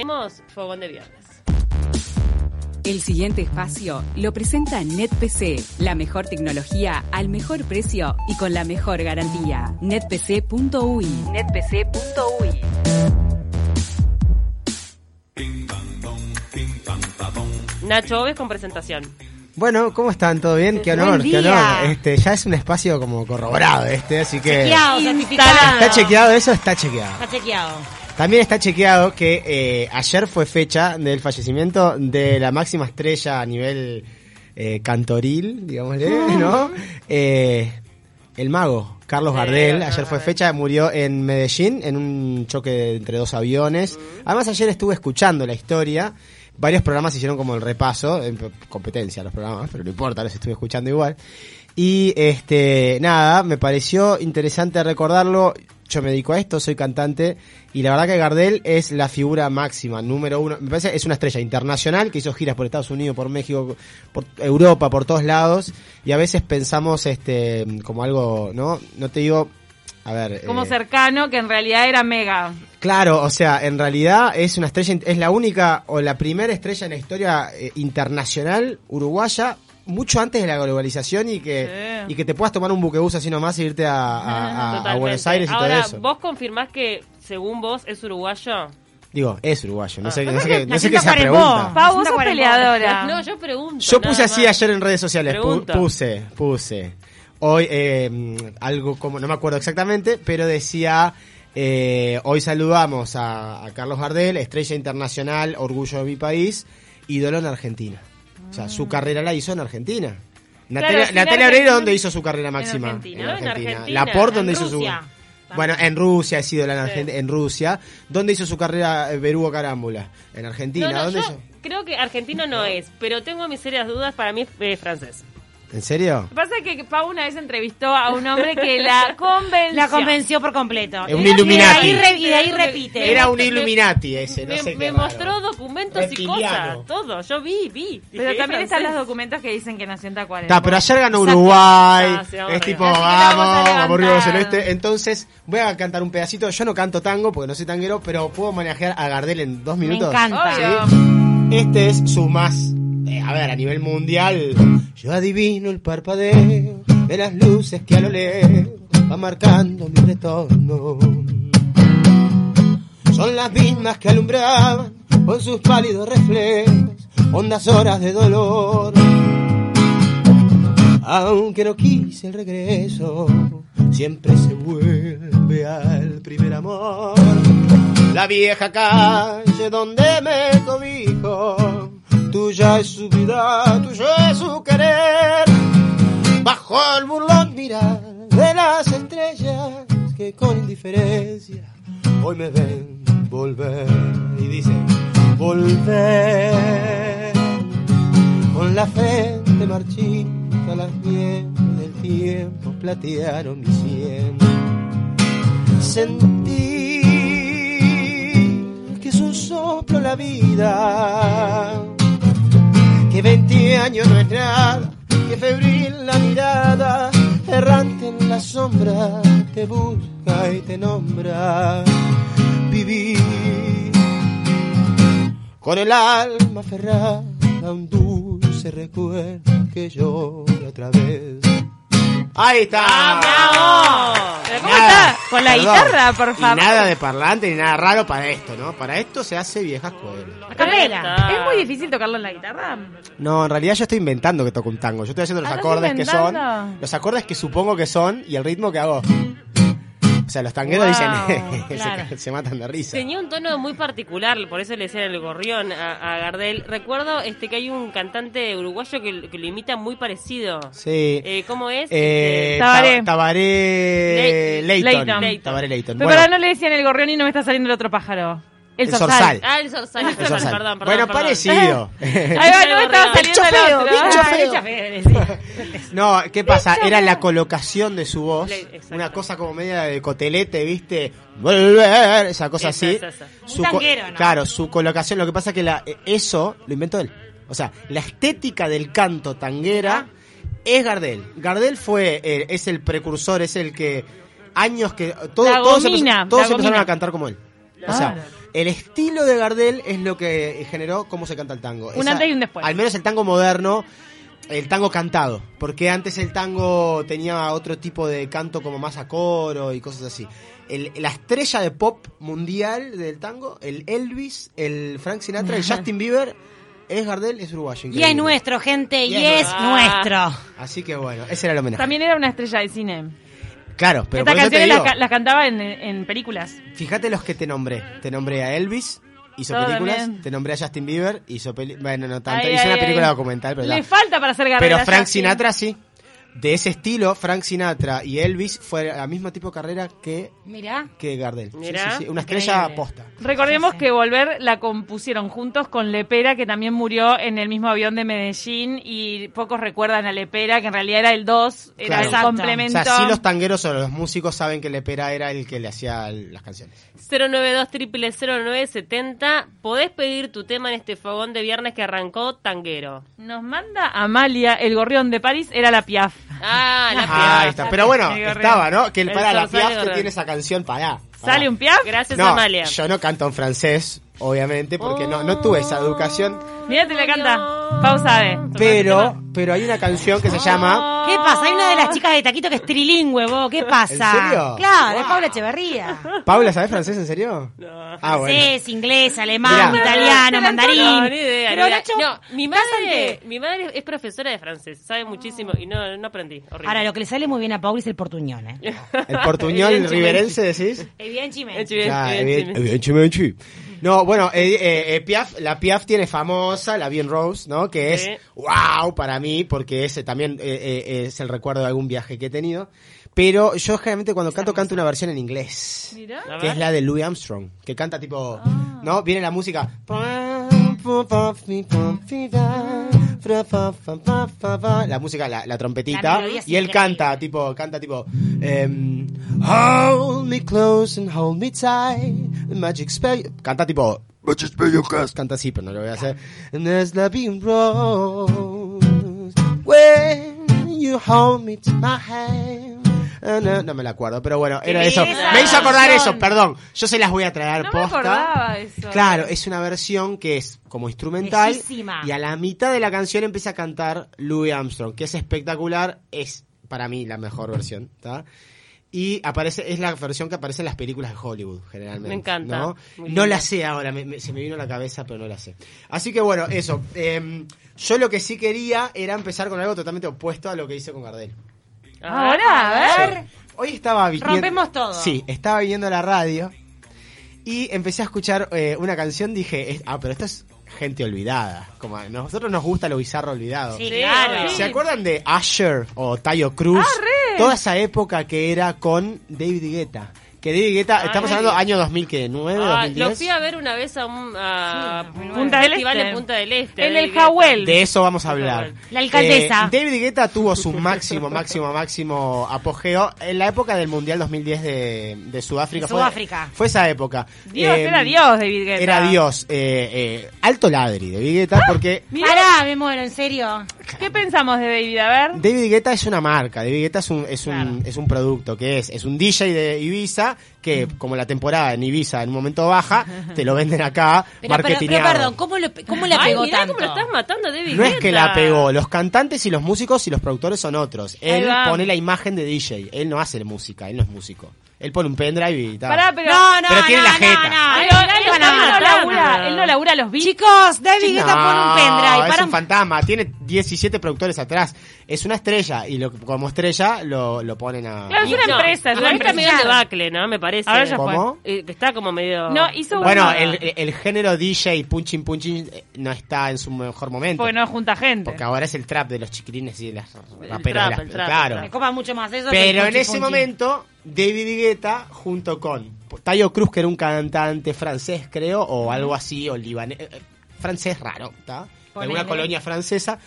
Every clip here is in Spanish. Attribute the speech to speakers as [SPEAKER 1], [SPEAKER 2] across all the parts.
[SPEAKER 1] Tenemos fogón de viernes.
[SPEAKER 2] El siguiente espacio lo presenta NetPC, la mejor tecnología al mejor precio y con la mejor garantía. NetPC.uy. NetPC.uy.
[SPEAKER 1] Nacho Oves con presentación.
[SPEAKER 3] Bueno, ¿cómo están? ¿Todo bien? Qué honor,
[SPEAKER 4] Buen
[SPEAKER 3] qué
[SPEAKER 4] día.
[SPEAKER 3] honor. Este, ya es un espacio como corroborado este, así que...
[SPEAKER 5] Ah,
[SPEAKER 4] Chequeado, certificado.
[SPEAKER 3] Está chequeado, eso está chequeado.
[SPEAKER 4] Está chequeado.
[SPEAKER 3] También está chequeado que eh, ayer fue fecha del fallecimiento de la máxima estrella a nivel eh, cantoril, digámosle, ¿no? Eh, el mago, Carlos
[SPEAKER 1] Sí,
[SPEAKER 3] Gardel,
[SPEAKER 1] Carlos
[SPEAKER 3] ayer fue
[SPEAKER 1] Gardel.
[SPEAKER 3] fecha, murió en Medellín en un choque entre dos aviones. Además ayer estuve escuchando la historia. Varios programas hicieron como el repaso, en competencia los programas, pero no importa, los estuve escuchando igual. Y este, nada, me pareció interesante recordarlo. Yo me dedico a esto, soy cantante y la verdad que Gardel es la figura máxima, número uno. Me parece es una estrella internacional que hizo giras por Estados Unidos, por México, por Europa, por todos lados. Y a veces pensamos este como algo, ¿no? No te digo, a ver.
[SPEAKER 5] Como
[SPEAKER 3] eh,
[SPEAKER 5] cercano, que en realidad era mega.
[SPEAKER 3] Claro, o sea, en realidad es una estrella, es la única o la primera estrella en la historia eh, internacional uruguaya, mucho antes de la globalización y que,
[SPEAKER 5] Sí.
[SPEAKER 3] y que te puedas tomar un buquebús así nomás e irte a, a- Ah, a- a
[SPEAKER 1] Totalmente.
[SPEAKER 3] Buenos Aires y
[SPEAKER 1] Ahora,
[SPEAKER 3] todo eso.
[SPEAKER 1] ¿vos confirmás que, según vos, es uruguayo?
[SPEAKER 3] Digo, es uruguayo, no sé,
[SPEAKER 1] Ah.
[SPEAKER 3] no sé, qué- no sé
[SPEAKER 4] Nació
[SPEAKER 3] qué
[SPEAKER 4] en
[SPEAKER 3] se
[SPEAKER 4] Tacuarembó.
[SPEAKER 3] pregunta.
[SPEAKER 5] Pau, vos
[SPEAKER 4] Siento
[SPEAKER 5] sos
[SPEAKER 4] 40.
[SPEAKER 5] peleadora.
[SPEAKER 1] No, yo pregunto.
[SPEAKER 3] Yo puse
[SPEAKER 1] nada
[SPEAKER 3] así
[SPEAKER 1] más.
[SPEAKER 3] ayer en redes sociales, pu-
[SPEAKER 1] Pregunto.
[SPEAKER 3] puse, puse. Hoy eh, mm, algo como, no me acuerdo exactamente, pero decía, eh, hoy saludamos a, a Carlos Gardel, estrella internacional, orgullo de mi país, ídolo en Argentina. O sea, su carrera la hizo en Argentina. Natalia,
[SPEAKER 5] Ah. sí, en
[SPEAKER 3] Natalia
[SPEAKER 5] Argentina.
[SPEAKER 3] Oreiro, ¿dónde hizo su carrera máxima?
[SPEAKER 5] Argentina,
[SPEAKER 1] ¿no? En Argentina.
[SPEAKER 3] Laporte, ¿dónde
[SPEAKER 5] En
[SPEAKER 3] hizo
[SPEAKER 5] Rusia.
[SPEAKER 3] su... Bueno, en Rusia, es ídola en, Argen- en Rusia. ¿Dónde hizo su carrera eh, Berugo Carámbula? En Argentina.
[SPEAKER 1] No, no,
[SPEAKER 3] ¿Dónde
[SPEAKER 1] yo
[SPEAKER 3] hizo?
[SPEAKER 1] creo que argentino no es, pero tengo mis serias dudas, para mí es eh, francés.
[SPEAKER 3] ¿En serio?
[SPEAKER 5] Lo que pasa es que Pau una vez entrevistó a un hombre que la convenció.
[SPEAKER 4] La convenció por completo.
[SPEAKER 3] Es un
[SPEAKER 4] Y de ahí
[SPEAKER 3] Illuminati.
[SPEAKER 4] re- Y de ahí repite.
[SPEAKER 3] Era un
[SPEAKER 1] Me-
[SPEAKER 3] Illuminati ese, no
[SPEAKER 1] me
[SPEAKER 3] sé qué
[SPEAKER 1] me
[SPEAKER 3] raro.
[SPEAKER 1] mostró documentos y
[SPEAKER 3] Reptiliano.
[SPEAKER 1] cosas, todo. Yo vi, vi. Dije,
[SPEAKER 5] Pero
[SPEAKER 1] ¿es
[SPEAKER 5] también están los
[SPEAKER 1] francés?
[SPEAKER 5] documentos que dicen que nació en Tacuarembó.
[SPEAKER 3] Ta, pero ayer ganó Uruguay.
[SPEAKER 1] Ah, sí, vamos arriba.
[SPEAKER 3] es tipo,
[SPEAKER 5] Así que la vamos a
[SPEAKER 3] vamos, vamos Río
[SPEAKER 5] levantar.
[SPEAKER 3] Celeste. Entonces, voy a cantar un pedacito. Yo no canto tango porque no soy tanguero, pero puedo manejar a Gardel en dos
[SPEAKER 4] Me
[SPEAKER 3] minutos.
[SPEAKER 4] encanta.
[SPEAKER 5] Obvio.
[SPEAKER 3] Este es su más. eh, a ver, a nivel mundial. Yo adivino el parpadeo de las luces que a lo lejos va marcando mi retorno. Son las mismas que alumbraban con sus pálidos reflejos, hondas horas de dolor. Aunque no quise el regreso, siempre se vuelve al primer amor. La vieja calle donde me cobijo, tuya es su vida, tuyo es su querer. Bajo el burlón mirar de las estrellas que con indiferencia hoy me ven volver. Y dice, volver con la frente marchita las mieles del tiempo platearon mi cielo sentí que es un soplo la vida que 20 años no es nada que febril la mirada errante en la sombra te busca y te nombra vivir con el alma aferrada a un dulce recuerdo que llora otra vez. Ahí está.
[SPEAKER 5] Pero ¿Cómo está? Con la
[SPEAKER 3] Perdón.
[SPEAKER 5] guitarra, por
[SPEAKER 3] Y
[SPEAKER 5] favor.
[SPEAKER 3] nada de parlante ni nada raro para esto, ¿no? Para esto se hace vieja escuela.
[SPEAKER 4] A capela.
[SPEAKER 1] Ah.
[SPEAKER 5] Es muy difícil tocarlo en la guitarra.
[SPEAKER 3] No, en realidad yo estoy inventando que toco un tango. Yo estoy haciendo los
[SPEAKER 5] Ah, ¿estás
[SPEAKER 3] acordes que son,
[SPEAKER 5] inventando?
[SPEAKER 3] los acordes que supongo que son y el ritmo que hago. O sea, los tangueros
[SPEAKER 5] Wow,
[SPEAKER 3] dicen, "Eh, se- se,
[SPEAKER 4] claro.
[SPEAKER 3] matan de risa.
[SPEAKER 1] Tenía un tono muy particular, por eso le decían el gorrión a, a Gardel. Recuerdo este que hay un cantante uruguayo que, que lo imita muy parecido.
[SPEAKER 3] Sí.
[SPEAKER 1] Eh, ¿Cómo es?
[SPEAKER 3] Eh,
[SPEAKER 1] Este,
[SPEAKER 3] Tabaré.
[SPEAKER 5] Tabaré.
[SPEAKER 3] Tabaré.
[SPEAKER 1] Le-
[SPEAKER 3] Leighton.
[SPEAKER 1] Leighton.
[SPEAKER 3] Tabaré Leighton.
[SPEAKER 5] Pero
[SPEAKER 3] Bueno,
[SPEAKER 5] ahora no le decían el gorrión y no me está saliendo el otro pájaro. El,
[SPEAKER 3] El
[SPEAKER 5] zorzal.
[SPEAKER 3] zorzal.
[SPEAKER 1] Ah, el Zorzal, el
[SPEAKER 3] eso
[SPEAKER 1] Zorzal,
[SPEAKER 3] sale.
[SPEAKER 1] perdón, perdón.
[SPEAKER 3] bueno
[SPEAKER 1] perdón.
[SPEAKER 3] parecido.
[SPEAKER 5] Ahí va, no me estaba
[SPEAKER 4] Bicho
[SPEAKER 5] saliendo el
[SPEAKER 4] feo,
[SPEAKER 5] otro.
[SPEAKER 4] bicho
[SPEAKER 5] Ah,
[SPEAKER 4] feo.
[SPEAKER 5] bicho
[SPEAKER 4] le decía.
[SPEAKER 3] no, ¿qué pasa? Era la colocación de su voz.
[SPEAKER 1] Le- exacto.
[SPEAKER 3] Una cosa como media de cotelete, ¿viste? Volver, esa cosa
[SPEAKER 1] Esa,
[SPEAKER 3] así.
[SPEAKER 1] esa, esa.
[SPEAKER 4] Un
[SPEAKER 3] co-
[SPEAKER 4] tanguero, ¿no?
[SPEAKER 3] Claro, su colocación. Lo que pasa es que la, eh, eso lo inventó él. O sea, la estética del canto tanguera es Gardel. Gardel fue, eh, es el precursor, es el que años que todo-
[SPEAKER 5] La
[SPEAKER 3] todos,
[SPEAKER 5] gomina,
[SPEAKER 3] empez- todos
[SPEAKER 5] la
[SPEAKER 3] empezaron
[SPEAKER 5] gomina.
[SPEAKER 3] a cantar como él. O sea, el estilo de Gardel es lo que generó cómo se canta el tango.
[SPEAKER 4] Un antes y un después.
[SPEAKER 3] Al menos el tango moderno, el tango cantado. Porque antes el tango tenía otro tipo de canto como más a coro y cosas así. El- la estrella de pop mundial del tango, el Elvis, el Frank Sinatra, el Justin Bieber, es Gardel, es uruguayo.
[SPEAKER 4] Y es
[SPEAKER 3] increíble.
[SPEAKER 4] nuestro, gente, y,
[SPEAKER 3] Y es
[SPEAKER 4] es
[SPEAKER 5] nuestro.
[SPEAKER 4] nuestro.
[SPEAKER 3] Así que bueno, ese era el homenaje.
[SPEAKER 5] También era una estrella de cine.
[SPEAKER 3] Claro, pero
[SPEAKER 5] Estas
[SPEAKER 3] por eso te
[SPEAKER 5] canciones las,
[SPEAKER 3] digo,
[SPEAKER 5] ca- las cantaba en, en películas.
[SPEAKER 3] Fíjate los que te nombré. Te nombré a Elvis, hizo
[SPEAKER 5] Todo
[SPEAKER 3] películas.
[SPEAKER 5] bien.
[SPEAKER 3] Te nombré a Justin Bieber, hizo películas. Bueno, no tanto.
[SPEAKER 5] Ay,
[SPEAKER 3] hizo
[SPEAKER 5] ay,
[SPEAKER 3] una
[SPEAKER 5] ay.
[SPEAKER 3] película documental, pero.
[SPEAKER 5] Le
[SPEAKER 3] la-
[SPEAKER 5] falta para hacer
[SPEAKER 3] Pero
[SPEAKER 5] carrera.
[SPEAKER 3] Frank
[SPEAKER 5] Justin.
[SPEAKER 3] Sinatra sí. De ese estilo, Frank Sinatra y Elvis fue la misma tipo de carrera que,
[SPEAKER 4] Mirá.
[SPEAKER 3] que Gardel. Sí,
[SPEAKER 1] Mirá,
[SPEAKER 3] sí, sí, Una estrella
[SPEAKER 4] increíble.
[SPEAKER 3] posta.
[SPEAKER 5] Recordemos
[SPEAKER 4] Sí, sí.
[SPEAKER 5] que Volver la compusieron juntos con Lepera, que también murió en el mismo avión de Medellín, y pocos recuerdan a Lepera, que en realidad era el 2, era
[SPEAKER 3] Claro.
[SPEAKER 5] el
[SPEAKER 4] Exacto.
[SPEAKER 3] O
[SPEAKER 5] complemento.
[SPEAKER 3] sea, sí los tangueros o los músicos saben que Lepera era el que le hacía las canciones.
[SPEAKER 1] 092 triple 0970. Podés pedir tu tema en este fogón de viernes que arrancó tanguero.
[SPEAKER 5] Nos manda Amalia, el gorrión de París era la Piaf.
[SPEAKER 1] Ah, la
[SPEAKER 3] Ah, ahí
[SPEAKER 1] piaf.
[SPEAKER 3] está. Pero bueno,
[SPEAKER 5] Gorrión.
[SPEAKER 3] estaba, ¿no? Que el,
[SPEAKER 1] El
[SPEAKER 3] para la
[SPEAKER 1] Sorsal
[SPEAKER 3] Piaf que
[SPEAKER 1] Gorrión.
[SPEAKER 3] tiene esa canción, para.
[SPEAKER 5] ¿Sale un Piaf?
[SPEAKER 1] Gracias,
[SPEAKER 3] No,
[SPEAKER 1] Amalia.
[SPEAKER 3] yo no canto en francés, obviamente, porque no, no tuve esa educación.
[SPEAKER 5] Mira, te la canta. Pausa de.
[SPEAKER 3] Pero, pero hay una canción que se
[SPEAKER 1] Ah.
[SPEAKER 3] llama.
[SPEAKER 4] ¿Qué pasa? Hay una de las chicas de Taquito que es trilingüe, vos. ¿Qué pasa?
[SPEAKER 3] ¿En serio?
[SPEAKER 4] Claro, es
[SPEAKER 3] Wow.
[SPEAKER 4] Paula Echeverría.
[SPEAKER 3] Paula, ¿sabes francés en serio? No. Ah, bueno.
[SPEAKER 4] Francés, inglés, alemán,
[SPEAKER 3] Mirá.
[SPEAKER 4] italiano,
[SPEAKER 1] No,
[SPEAKER 4] mandarín.
[SPEAKER 1] ni idea,
[SPEAKER 4] Pero
[SPEAKER 1] ni idea.
[SPEAKER 4] Nacho,
[SPEAKER 1] No, mi
[SPEAKER 4] cásate.
[SPEAKER 1] madre, mi madre es profesora de francés, sabe muchísimo y no, no aprendí. Horrible.
[SPEAKER 4] Ahora, lo que le sale muy bien a Paula es el portuñón, ¿eh?
[SPEAKER 3] El portuñol el riverense, decís.
[SPEAKER 1] Eh,
[SPEAKER 4] Evidentemente.
[SPEAKER 1] chimen,
[SPEAKER 3] Ah,
[SPEAKER 1] chimen,
[SPEAKER 3] evi-
[SPEAKER 1] chimen.
[SPEAKER 3] evidentemente. No, bueno, eh, eh, eh, Piaf, la Piaf tiene famosa, la Bien Rose, ¿no? Que es
[SPEAKER 1] Sí.
[SPEAKER 3] wow para mí, porque ese también eh, eh, es el recuerdo de algún viaje que he tenido. Pero yo generalmente cuando canto, canto una versión en inglés.
[SPEAKER 5] Mirá.
[SPEAKER 1] A
[SPEAKER 3] que
[SPEAKER 1] ver.
[SPEAKER 3] es la de Louis Armstrong, que canta tipo,
[SPEAKER 4] Ah.
[SPEAKER 3] ¿no? Viene la música. La música, la, la trompetita.
[SPEAKER 4] La melodía es
[SPEAKER 3] y él
[SPEAKER 4] increíble.
[SPEAKER 3] canta, tipo, canta tipo. em, hold me close and hold me tight. the Magic spell. Canta tipo. Magic spell your cast. Canta así, pero no lo voy a hacer. And there's la being rose. When you hold me to my hand. Ah, No, no me la acuerdo, pero bueno, era eso.
[SPEAKER 4] belleza.
[SPEAKER 3] Me hizo acordar
[SPEAKER 5] Canción.
[SPEAKER 3] eso, perdón. Yo se las voy a traer
[SPEAKER 5] No me
[SPEAKER 3] posta.
[SPEAKER 5] acordaba de eso.
[SPEAKER 3] Claro, es una versión que es como instrumental.
[SPEAKER 4] Bellísima.
[SPEAKER 3] Y a la mitad de la canción empieza a cantar Louis Armstrong, que es espectacular. Es para mí la mejor versión. ¿tá? Y aparece, es la versión que aparece en las películas de Hollywood, generalmente.
[SPEAKER 1] Me encanta.
[SPEAKER 3] No,
[SPEAKER 1] Muy
[SPEAKER 3] No
[SPEAKER 1] linda.
[SPEAKER 3] la sé ahora, me- me- se me vino a la cabeza, pero no la sé. Así que bueno, eso. eh, yo lo que sí quería era empezar con algo totalmente opuesto a lo que hice con Gardel.
[SPEAKER 5] Ahora, a ver.
[SPEAKER 3] Sí. Hoy estaba viniendo.
[SPEAKER 4] Rompemos todo.
[SPEAKER 3] Sí, estaba viniendo la radio y empecé a escuchar eh, una canción. Dije, es- ah, pero esto es gente olvidada. Como a nosotros nos gusta lo bizarro olvidado.
[SPEAKER 4] Sí,
[SPEAKER 5] Sí,
[SPEAKER 4] claro.
[SPEAKER 5] sí.
[SPEAKER 3] ¿Se acuerdan de Asher o Tayo Cruz?
[SPEAKER 5] Ah, re.
[SPEAKER 3] Toda esa época que era con David Guetta. Que David Guetta, estamos hablando año 2009,
[SPEAKER 1] Ah, lo
[SPEAKER 3] 2010.
[SPEAKER 1] fui a ver una vez a un, a un
[SPEAKER 5] Punta del
[SPEAKER 1] festival
[SPEAKER 5] Este.
[SPEAKER 1] en Punta del Este.
[SPEAKER 5] En
[SPEAKER 1] de
[SPEAKER 5] el
[SPEAKER 1] Guetta.
[SPEAKER 5] Jawel.
[SPEAKER 3] De eso vamos a hablar.
[SPEAKER 4] La alcaldesa.
[SPEAKER 3] Eh, David Guetta tuvo su máximo, máximo, máximo apogeo en la época del Mundial 2010 de, de Sudáfrica.
[SPEAKER 4] De
[SPEAKER 3] Fue-
[SPEAKER 4] Sudáfrica.
[SPEAKER 3] Fue, esa época.
[SPEAKER 5] Dios,
[SPEAKER 3] Eh,
[SPEAKER 5] era Dios, David Guetta.
[SPEAKER 3] Era Dios. Eh, eh, alto ladri David Guetta porque...
[SPEAKER 5] Mirá.
[SPEAKER 4] Pará, me muero, en serio.
[SPEAKER 5] ¿Qué pensamos de David? A ver.
[SPEAKER 3] David Guetta es una marca, David Guetta es un, es un, es un producto que es, es un DJ de Ibiza que como la temporada en Ibiza en un momento baja, te lo venden acá,
[SPEAKER 4] Pero, pero, pero
[SPEAKER 3] marketineado.
[SPEAKER 4] perdón, ¿cómo, lo, cómo la
[SPEAKER 1] Ay,
[SPEAKER 4] pegó
[SPEAKER 1] mirá
[SPEAKER 4] tanto?
[SPEAKER 1] cómo lo estás matando, David
[SPEAKER 3] No es que la
[SPEAKER 1] Guetta.
[SPEAKER 3] pegó, los cantantes y los músicos y los productores son otros.
[SPEAKER 5] Ahí
[SPEAKER 3] Él
[SPEAKER 5] va.
[SPEAKER 3] pone la imagen de DJ, él no hace música, él no es músico. Él pone un pendrive y tal.
[SPEAKER 5] Pará, pero.
[SPEAKER 4] No, no,
[SPEAKER 3] Pero tiene
[SPEAKER 4] no,
[SPEAKER 3] la
[SPEAKER 4] no,
[SPEAKER 3] jeta.
[SPEAKER 4] no,
[SPEAKER 5] Pero
[SPEAKER 4] no,
[SPEAKER 5] él, no,
[SPEAKER 4] no, no, no, no,
[SPEAKER 5] labura,
[SPEAKER 4] no.
[SPEAKER 5] él no labura los beats.
[SPEAKER 4] Chicos, David
[SPEAKER 3] No,
[SPEAKER 4] Guetta pone un pendrive.
[SPEAKER 3] es un
[SPEAKER 4] Para un-
[SPEAKER 3] fantasma, tiene 17 productores atrás, es una estrella y lo, como estrella lo, lo ponen a...
[SPEAKER 5] Claro, es una
[SPEAKER 1] No,
[SPEAKER 5] empresa, es
[SPEAKER 1] igual
[SPEAKER 5] una
[SPEAKER 1] está medio
[SPEAKER 5] empresa.
[SPEAKER 1] debacle, ¿no? Me parece.
[SPEAKER 5] Ahora ya
[SPEAKER 3] ¿Cómo?
[SPEAKER 1] Eh, que está como medio...
[SPEAKER 5] No, hizo
[SPEAKER 3] Bueno,
[SPEAKER 5] una-
[SPEAKER 3] el, el género DJ punchin punchin eh, no está en su mejor momento.
[SPEAKER 5] Porque no junta gente.
[SPEAKER 3] Porque ahora es el trap de los chiquilines y de las raperas. de
[SPEAKER 1] trap,
[SPEAKER 3] las-
[SPEAKER 1] el trap,
[SPEAKER 3] claro.
[SPEAKER 1] el
[SPEAKER 4] Me copa mucho más eso. que el
[SPEAKER 3] Pero en
[SPEAKER 4] punchi,
[SPEAKER 3] ese
[SPEAKER 4] punchi.
[SPEAKER 3] momento, David Guetta, junto con Tayo Cruz, que era un cantante francés, creo, o algo así, o libanés, eh, eh, francés raro, ¿está? De alguna
[SPEAKER 4] Ponele.
[SPEAKER 3] colonia francesa.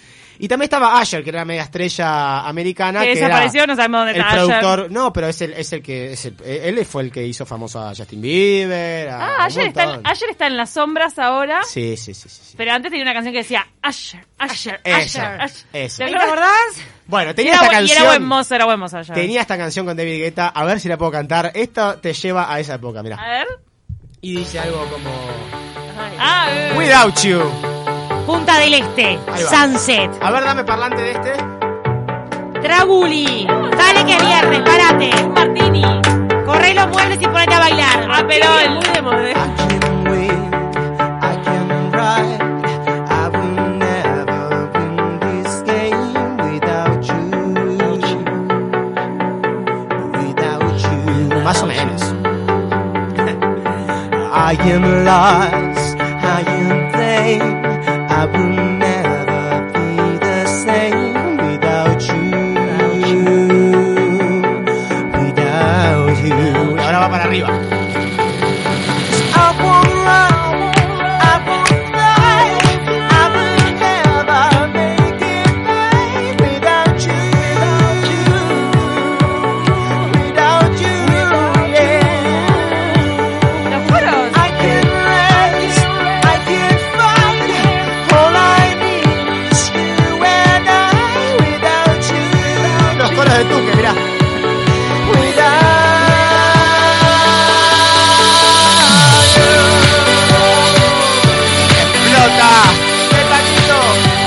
[SPEAKER 3] Y también estaba Asher, que era la mega estrella americana.
[SPEAKER 5] Que
[SPEAKER 3] era
[SPEAKER 5] desapareció, no sabemos dónde
[SPEAKER 3] el
[SPEAKER 5] está Usher.
[SPEAKER 3] productor, no, pero es el, es el que. es el- eh, él fue el que hizo famoso a Justin Bieber. a
[SPEAKER 5] Ah,
[SPEAKER 3] un
[SPEAKER 5] ayer está,
[SPEAKER 3] montón.
[SPEAKER 5] ayer está en las sombras ahora.
[SPEAKER 3] Sí, sí, sí. sí, sí.
[SPEAKER 5] Pero antes tenía una canción que decía Asher, Asher,
[SPEAKER 3] Esa,
[SPEAKER 5] Asher, Asher.
[SPEAKER 3] esa.
[SPEAKER 5] ¿Te
[SPEAKER 4] ¿Ahí ¿Te
[SPEAKER 5] acordás?
[SPEAKER 4] acordás?
[SPEAKER 3] Bueno,
[SPEAKER 5] Y
[SPEAKER 3] tenía
[SPEAKER 5] era,
[SPEAKER 3] esta
[SPEAKER 5] buen- y era buen
[SPEAKER 3] canción.
[SPEAKER 5] mozo, era buen mozo ayer.
[SPEAKER 3] Tenía esta canción con David Guetta. A ver si la puedo cantar. Esta te lleva a esa época, mira.
[SPEAKER 5] A ver.
[SPEAKER 3] y dice algo como
[SPEAKER 5] Ah, eh.
[SPEAKER 3] Without you.
[SPEAKER 4] Punta del Este,
[SPEAKER 3] Ahí va.
[SPEAKER 4] Sunset,
[SPEAKER 3] A ver, dame parlante de este.
[SPEAKER 4] Trabuli. Dale que es viernes, parate. Un martini. Corre los muebles y ponete a bailar.
[SPEAKER 5] Ah, pero es muy de moda.
[SPEAKER 6] I can win, I can ride, I will never win this game without you, without you.
[SPEAKER 3] Más o menos.
[SPEAKER 6] I am lost, I am plain, I will never be the same without you, without you.
[SPEAKER 3] Ahora va para arriba.
[SPEAKER 6] I won't run, I won't die, I will never make it right without you, without you, without you, yeah.
[SPEAKER 5] Los coros.
[SPEAKER 6] I can race, I can fight, all I need is you and I without you,
[SPEAKER 3] Los coros de Tuque, mirá.
[SPEAKER 6] without you.
[SPEAKER 3] Explota. Metalito.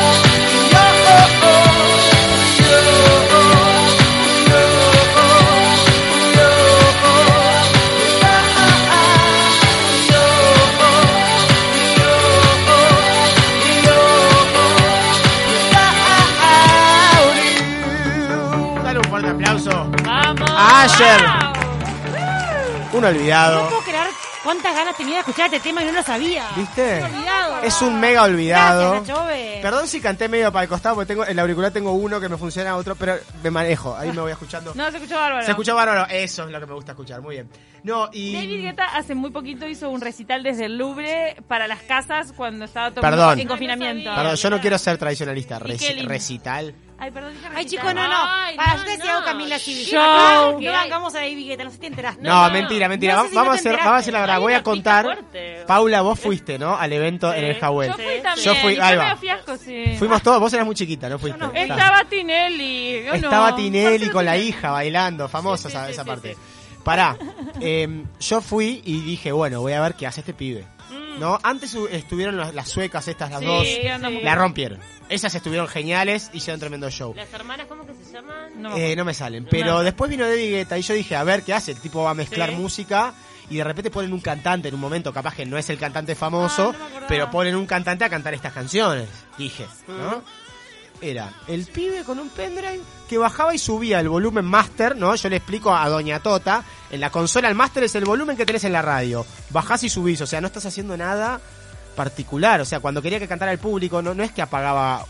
[SPEAKER 3] Dale un fuerte aplauso.
[SPEAKER 5] Vamos.
[SPEAKER 3] Ayer.
[SPEAKER 5] Wow.
[SPEAKER 3] Un
[SPEAKER 4] No
[SPEAKER 3] olvidado.
[SPEAKER 4] puedo creer cuántas ganas tenía de escuchar este tema y no lo sabía.
[SPEAKER 3] ¿Viste?
[SPEAKER 4] Me he olvidado.
[SPEAKER 3] Es un mega olvidado.
[SPEAKER 4] Gracias, Nachove.
[SPEAKER 3] Perdón si canté medio para el costado, porque tengo, el auricular tengo uno que me funciona, otro, pero me manejo. Ahí me voy escuchando.
[SPEAKER 5] No, se escuchó bárbaro.
[SPEAKER 3] Se escucha bárbaro. Eso es lo que me gusta escuchar. Muy bien. No, y.
[SPEAKER 5] David Guetta hace muy poquito hizo un recital desde el Louvre para las casas cuando estaba todo
[SPEAKER 3] Perdón.
[SPEAKER 5] en confinamiento.
[SPEAKER 3] Perdón, yo no quiero ser tradicionalista.
[SPEAKER 5] Y
[SPEAKER 3] Reci-
[SPEAKER 5] qué lindo.
[SPEAKER 3] recital.
[SPEAKER 5] Ay, perdón, dije
[SPEAKER 4] Ay,
[SPEAKER 5] recital.
[SPEAKER 4] chicos, no, no.
[SPEAKER 1] Ay,
[SPEAKER 4] Para,
[SPEAKER 1] no,
[SPEAKER 4] yo te decía
[SPEAKER 1] no.
[SPEAKER 4] algo, Camila Civil.
[SPEAKER 5] Yo-
[SPEAKER 4] Acá
[SPEAKER 1] ¿Qué hay?
[SPEAKER 4] No bancamos a David Guetta, no sé si te enteraste.
[SPEAKER 3] No,
[SPEAKER 1] No,
[SPEAKER 3] mentira, mentira.
[SPEAKER 4] no
[SPEAKER 3] Va-
[SPEAKER 4] sé si
[SPEAKER 3] vamos,
[SPEAKER 4] no
[SPEAKER 3] a
[SPEAKER 4] te
[SPEAKER 3] hacer,
[SPEAKER 4] enteraste.
[SPEAKER 3] vamos a hacer la verdad.
[SPEAKER 5] Hay
[SPEAKER 3] Voy a
[SPEAKER 5] una pica
[SPEAKER 3] contar.
[SPEAKER 5] fuerte.
[SPEAKER 3] Paula, vos fuiste, ¿no? Al evento en el Jawel.
[SPEAKER 5] Yo fui también.
[SPEAKER 3] Yo fui,
[SPEAKER 5] y
[SPEAKER 3] ahí
[SPEAKER 5] yo
[SPEAKER 3] va.
[SPEAKER 5] me afiasco, sí.
[SPEAKER 3] Fuimos todos, vos eras muy chiquita, ¿no fuiste? Está.
[SPEAKER 5] Estaba Tinelli. yo no.
[SPEAKER 3] Estaba Tinelli
[SPEAKER 5] Marcelo
[SPEAKER 3] con la
[SPEAKER 5] Tinelli.
[SPEAKER 3] hija bailando, famosa
[SPEAKER 5] Sí, sí,
[SPEAKER 3] esa,
[SPEAKER 5] sí,
[SPEAKER 3] esa
[SPEAKER 5] sí,
[SPEAKER 3] parte.
[SPEAKER 5] sí.
[SPEAKER 3] Pará, eh, yo fui y dije, bueno, voy a ver qué hace este pibe. ¿No? Antes hu- estuvieron las, las suecas estas, las
[SPEAKER 5] Mm. Sí,
[SPEAKER 3] dos.
[SPEAKER 5] eran dos mujeres.
[SPEAKER 3] La rompieron. Esas estuvieron geniales, hicieron tremendo show.
[SPEAKER 1] Las hermanas, ¿cómo que se llaman?
[SPEAKER 5] No,
[SPEAKER 3] Eh, no me salen. Pero
[SPEAKER 5] No.
[SPEAKER 3] después vino David Guetta y yo dije, a ver qué hace. El tipo va a mezclar
[SPEAKER 1] Sí.
[SPEAKER 3] música y de repente ponen un cantante en un momento. Capaz que no es el cantante famoso,
[SPEAKER 5] Ah, no me acordaba.
[SPEAKER 3] pero ponen un cantante a cantar estas canciones. Dije, ¿no? Era el pibe con un pendrive que bajaba y subía el volumen master, ¿no? Yo le explico a Doña Tota, en la consola el master es el volumen que tenés en la radio. Bajás y subís, o sea, no estás haciendo nada particular. O sea, cuando quería que cantara el público, no, no es que apagaba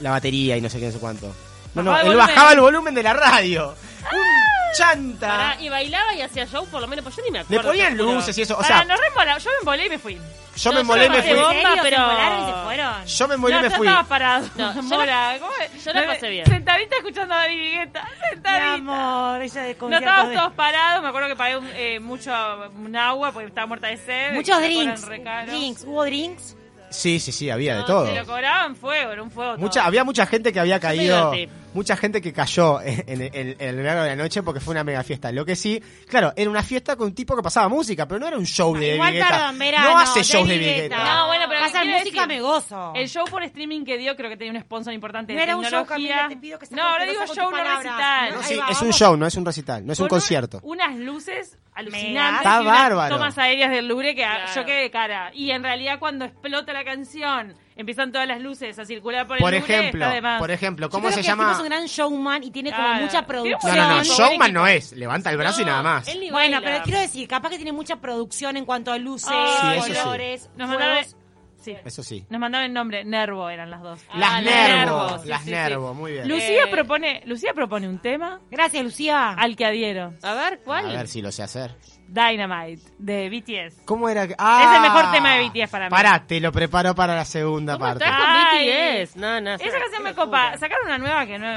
[SPEAKER 3] la batería y no sé qué, no sé cuánto. No, no,
[SPEAKER 5] Bajaba el
[SPEAKER 3] él
[SPEAKER 5] volumen.
[SPEAKER 3] bajaba el volumen de la radio. ¡Un chanta!
[SPEAKER 1] Pará, y bailaba y hacía show, por lo menos, pues yo ni me
[SPEAKER 3] Le
[SPEAKER 1] acuerdo.
[SPEAKER 3] ponían
[SPEAKER 1] te juro.
[SPEAKER 3] luces y eso. O
[SPEAKER 5] Pará,
[SPEAKER 3] sea,
[SPEAKER 5] no re embola- Yo me embolé y me fui.
[SPEAKER 3] yo me
[SPEAKER 1] no,
[SPEAKER 3] embolé y me
[SPEAKER 1] yo
[SPEAKER 4] ¿En
[SPEAKER 1] no
[SPEAKER 3] fui.
[SPEAKER 1] pasé
[SPEAKER 4] serio?
[SPEAKER 5] Bomba, pero-
[SPEAKER 4] Se volaron y se fueron.
[SPEAKER 3] Yo me embolé y
[SPEAKER 5] no,
[SPEAKER 3] me
[SPEAKER 5] yo
[SPEAKER 3] fui.
[SPEAKER 5] estaba parado.
[SPEAKER 1] No, yo la-
[SPEAKER 5] Mora, ¿cómo es?
[SPEAKER 1] yo la
[SPEAKER 5] Me-
[SPEAKER 1] pasé bien.
[SPEAKER 5] Sentadita escuchando a David Guetta.
[SPEAKER 4] Mi
[SPEAKER 5] Sentadita.
[SPEAKER 4] amor, ella de
[SPEAKER 5] No estábamos todos parados, me acuerdo que pagué un, eh, mucho un agua porque estaba muerta de sed.
[SPEAKER 4] Muchos
[SPEAKER 5] que me
[SPEAKER 4] drinks.
[SPEAKER 5] cobran re caro.
[SPEAKER 4] Drinks, hubo drinks.
[SPEAKER 3] Sí, sí, sí, había de
[SPEAKER 5] No,
[SPEAKER 3] todo.
[SPEAKER 5] Se lo cobraban fuego, era un fuego. todo.
[SPEAKER 3] Mucha, había mucha gente que había caído,
[SPEAKER 1] divertí.
[SPEAKER 3] mucha gente que cayó en, en- en- en el verano de la noche porque fue una mega fiesta. Lo que sí, claro, era una fiesta con un tipo que pasaba música, pero no era un show de
[SPEAKER 4] Ah, Igual
[SPEAKER 3] David Guetta.
[SPEAKER 4] tardan verano.
[SPEAKER 3] No hace shows de
[SPEAKER 4] David
[SPEAKER 3] David Guetta.
[SPEAKER 4] Guetta.
[SPEAKER 5] No, bueno, pero
[SPEAKER 4] Pasar
[SPEAKER 5] quiero
[SPEAKER 4] música
[SPEAKER 5] decir-
[SPEAKER 4] me gozo.
[SPEAKER 5] El show por streaming que dio creo que tenía un sponsor importante.
[SPEAKER 4] No
[SPEAKER 5] de
[SPEAKER 4] era un show,
[SPEAKER 5] tecnología.
[SPEAKER 4] Camila, te pido que seas
[SPEAKER 5] No, ahora digo
[SPEAKER 4] respetuosa con
[SPEAKER 5] show
[SPEAKER 4] tus
[SPEAKER 5] no
[SPEAKER 4] palabras.
[SPEAKER 5] recital.
[SPEAKER 4] No,
[SPEAKER 3] No,
[SPEAKER 4] Ahí
[SPEAKER 3] sí,
[SPEAKER 4] va,
[SPEAKER 3] es un
[SPEAKER 4] vamos.
[SPEAKER 3] show, no es un recital, no es un
[SPEAKER 5] Con un-
[SPEAKER 3] concierto.
[SPEAKER 5] unas luces alucinantes.
[SPEAKER 4] Está
[SPEAKER 5] y unas
[SPEAKER 3] bárbaro.
[SPEAKER 5] Tomas aéreas del Louvre que a-
[SPEAKER 1] Claro.
[SPEAKER 5] yo quedé de cara. Y en realidad cuando explota la canción, empiezan todas las luces a circular por el
[SPEAKER 3] Por
[SPEAKER 5] Louvre.
[SPEAKER 3] ejemplo,
[SPEAKER 5] está de más.
[SPEAKER 3] por ejemplo,
[SPEAKER 4] Yo
[SPEAKER 3] ¿cómo
[SPEAKER 4] creo
[SPEAKER 3] se
[SPEAKER 4] que el tipo
[SPEAKER 3] llama?
[SPEAKER 4] Es un gran showman y tiene como
[SPEAKER 5] Claro. Tiene
[SPEAKER 4] mucha
[SPEAKER 5] un
[SPEAKER 4] producción.
[SPEAKER 3] No, no, no,
[SPEAKER 5] show,
[SPEAKER 3] showman
[SPEAKER 5] buen
[SPEAKER 3] no
[SPEAKER 5] equipo.
[SPEAKER 3] es. Levanta el brazo y nada más.
[SPEAKER 1] él ni
[SPEAKER 4] Bueno,
[SPEAKER 1] baila.
[SPEAKER 4] pero quiero decir, capaz que tiene mucha producción en cuanto a luces,
[SPEAKER 5] Ay,
[SPEAKER 3] Sí, eso sí.
[SPEAKER 4] colores,
[SPEAKER 5] Nos mandaron,
[SPEAKER 4] fuegos.
[SPEAKER 5] sí,
[SPEAKER 3] Eso sí.
[SPEAKER 5] nos mandaron el nombre, Nervo eran las dos.
[SPEAKER 1] Ah,
[SPEAKER 3] Las
[SPEAKER 1] las
[SPEAKER 3] Nervo,
[SPEAKER 1] Nervo, sí,
[SPEAKER 3] las
[SPEAKER 5] sí,
[SPEAKER 3] Nervo, muy bien.
[SPEAKER 5] Lucía
[SPEAKER 1] Eh.
[SPEAKER 5] propone, Lucía propone un tema
[SPEAKER 4] Gracias, Lucía.
[SPEAKER 5] al que adhiero.
[SPEAKER 1] A ver,
[SPEAKER 3] A
[SPEAKER 1] ¿cuál?
[SPEAKER 3] ver si lo sé hacer.
[SPEAKER 5] Dynamite de BTS.
[SPEAKER 3] ¿Cómo era? que-
[SPEAKER 5] Es el mejor tema de BTS para mí.
[SPEAKER 3] Ah, Pará, te lo preparo para la segunda
[SPEAKER 1] ¿Cómo Ah,
[SPEAKER 3] parte.
[SPEAKER 1] estás con
[SPEAKER 5] Ay.
[SPEAKER 1] BTS? No, no.
[SPEAKER 5] Esa canción me
[SPEAKER 1] locura.
[SPEAKER 5] copa. Sacaron una nueva que no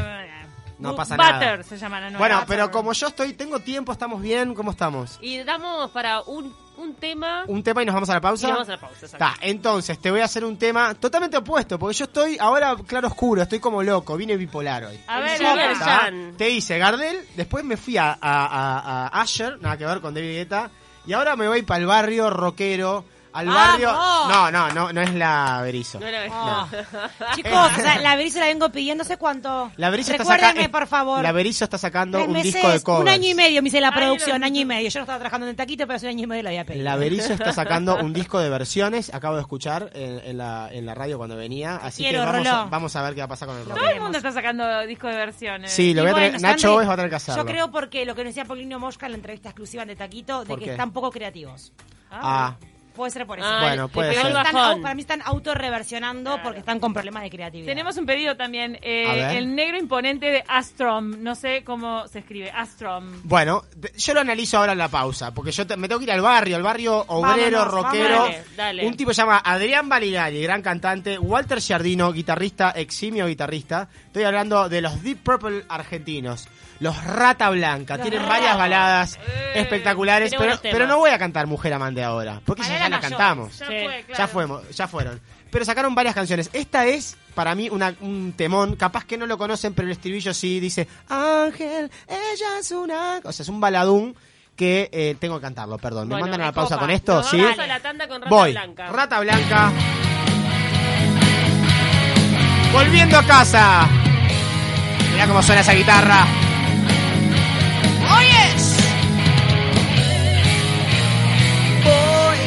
[SPEAKER 3] No
[SPEAKER 5] Bu-
[SPEAKER 3] pasa
[SPEAKER 5] Butter
[SPEAKER 3] nada.
[SPEAKER 5] se llama la nueva.
[SPEAKER 3] Bueno, pero como yo estoy, tengo tiempo, estamos bien, ¿cómo estamos?
[SPEAKER 1] Y damos para un, un tema.
[SPEAKER 3] Un tema y nos vamos a la
[SPEAKER 1] y
[SPEAKER 3] pausa.
[SPEAKER 1] nos vamos a la pausa. exacto.
[SPEAKER 3] Está, entonces te voy a hacer un tema totalmente opuesto, porque yo estoy ahora claro oscuro, estoy como loco, vine bipolar hoy.
[SPEAKER 5] A ver,
[SPEAKER 1] Sí,
[SPEAKER 5] a ver.
[SPEAKER 1] está.
[SPEAKER 3] ¿Tá?
[SPEAKER 1] Jan.
[SPEAKER 3] Te hice Gardel, después me fui a, a, a- a Asher, nada que ver con David Guetta, Y ahora me voy para el barrio rockero, al
[SPEAKER 4] ¡Vamos!
[SPEAKER 3] barrio... No, no, no, no es la Berizo.
[SPEAKER 1] No era-
[SPEAKER 4] Chicos, o sea, la brisa la vengo pidiendo hace cuánto.
[SPEAKER 3] La Berizo está
[SPEAKER 4] Recuérdenme,
[SPEAKER 3] sacando...
[SPEAKER 4] por favor.
[SPEAKER 3] La Berizo está sacando
[SPEAKER 4] Tres
[SPEAKER 3] un
[SPEAKER 4] meses,
[SPEAKER 3] disco de covers.
[SPEAKER 4] un año y medio me hice la
[SPEAKER 5] no,
[SPEAKER 4] producción,
[SPEAKER 5] no.
[SPEAKER 4] año y medio. Yo no estaba trabajando en el taquito, pero hace un año y medio la había pedido.
[SPEAKER 3] La Berizo está sacando un disco de versiones, acabo de escuchar en, en la, en la radio cuando venía, así
[SPEAKER 4] quiero,
[SPEAKER 3] que vamos a,
[SPEAKER 4] Roló.
[SPEAKER 3] vamos a ver qué va a pasar con el rock.
[SPEAKER 5] Todo el mundo está sacando disco de versiones.
[SPEAKER 3] Sí, lo
[SPEAKER 4] Y
[SPEAKER 3] voy a tener-
[SPEAKER 4] bueno,
[SPEAKER 3] Nacho
[SPEAKER 4] Sandy,
[SPEAKER 3] Oves va a tener que hacerlo.
[SPEAKER 4] Yo creo porque lo que nos decía Paulino Mosca en la entrevista exclusiva de Taquito, de
[SPEAKER 3] ¿Por
[SPEAKER 4] que
[SPEAKER 3] qué?
[SPEAKER 4] están poco creativos.
[SPEAKER 3] Ah,
[SPEAKER 4] Puede ser por eso.
[SPEAKER 1] Ah,
[SPEAKER 3] Bueno,
[SPEAKER 1] le
[SPEAKER 3] puede
[SPEAKER 1] pegó
[SPEAKER 3] ser.
[SPEAKER 1] el
[SPEAKER 4] Están
[SPEAKER 1] bajón.
[SPEAKER 4] au- para mí están autorreversionando porque están con problemas de creatividad.
[SPEAKER 5] Tenemos un pedido también. eh,
[SPEAKER 3] A ver.
[SPEAKER 5] el negro imponente de Astrom. No sé cómo se escribe. Astrom.
[SPEAKER 3] bueno, te- yo lo analizo ahora en la pausa, porque yo te- me tengo que ir al barrio, al barrio obrero,
[SPEAKER 4] Vámonos,
[SPEAKER 3] rockero.
[SPEAKER 1] vámonos. Dale, dale.
[SPEAKER 3] Un tipo se llama Adrián Balinari, gran cantante, Walter Giardino, guitarrista, eximio guitarrista. Estoy hablando de los Deep Purple argentinos. Los Rata Blanca, tienen varias baladas espectaculares,
[SPEAKER 1] tiene
[SPEAKER 3] pero,
[SPEAKER 1] buenos
[SPEAKER 3] pero
[SPEAKER 1] temas.
[SPEAKER 3] no voy a cantar Mujer Amante ahora, porque esas ya la cantamos.
[SPEAKER 5] Ya
[SPEAKER 1] Sí.
[SPEAKER 5] fue, claro.
[SPEAKER 3] Ya fuimos, ya fueron. Pero sacaron varias canciones. Esta es, para mí, una- un temón. Capaz que no lo conocen, pero el estribillo sí dice Ángel, ella es una... O sea, es un baladún que eh, tengo que cantarlo, perdón. ¿Me
[SPEAKER 1] Bueno,
[SPEAKER 3] mandan a la
[SPEAKER 1] me
[SPEAKER 3] pausa
[SPEAKER 1] copa.
[SPEAKER 3] con esto?
[SPEAKER 1] Nos
[SPEAKER 3] ¿Sí?
[SPEAKER 1] vamos a la tanda con Rata
[SPEAKER 3] Voy.
[SPEAKER 1] Blanca.
[SPEAKER 3] Rata Blanca. Volviendo a casa. Mirá cómo suena esa guitarra.
[SPEAKER 6] Voy,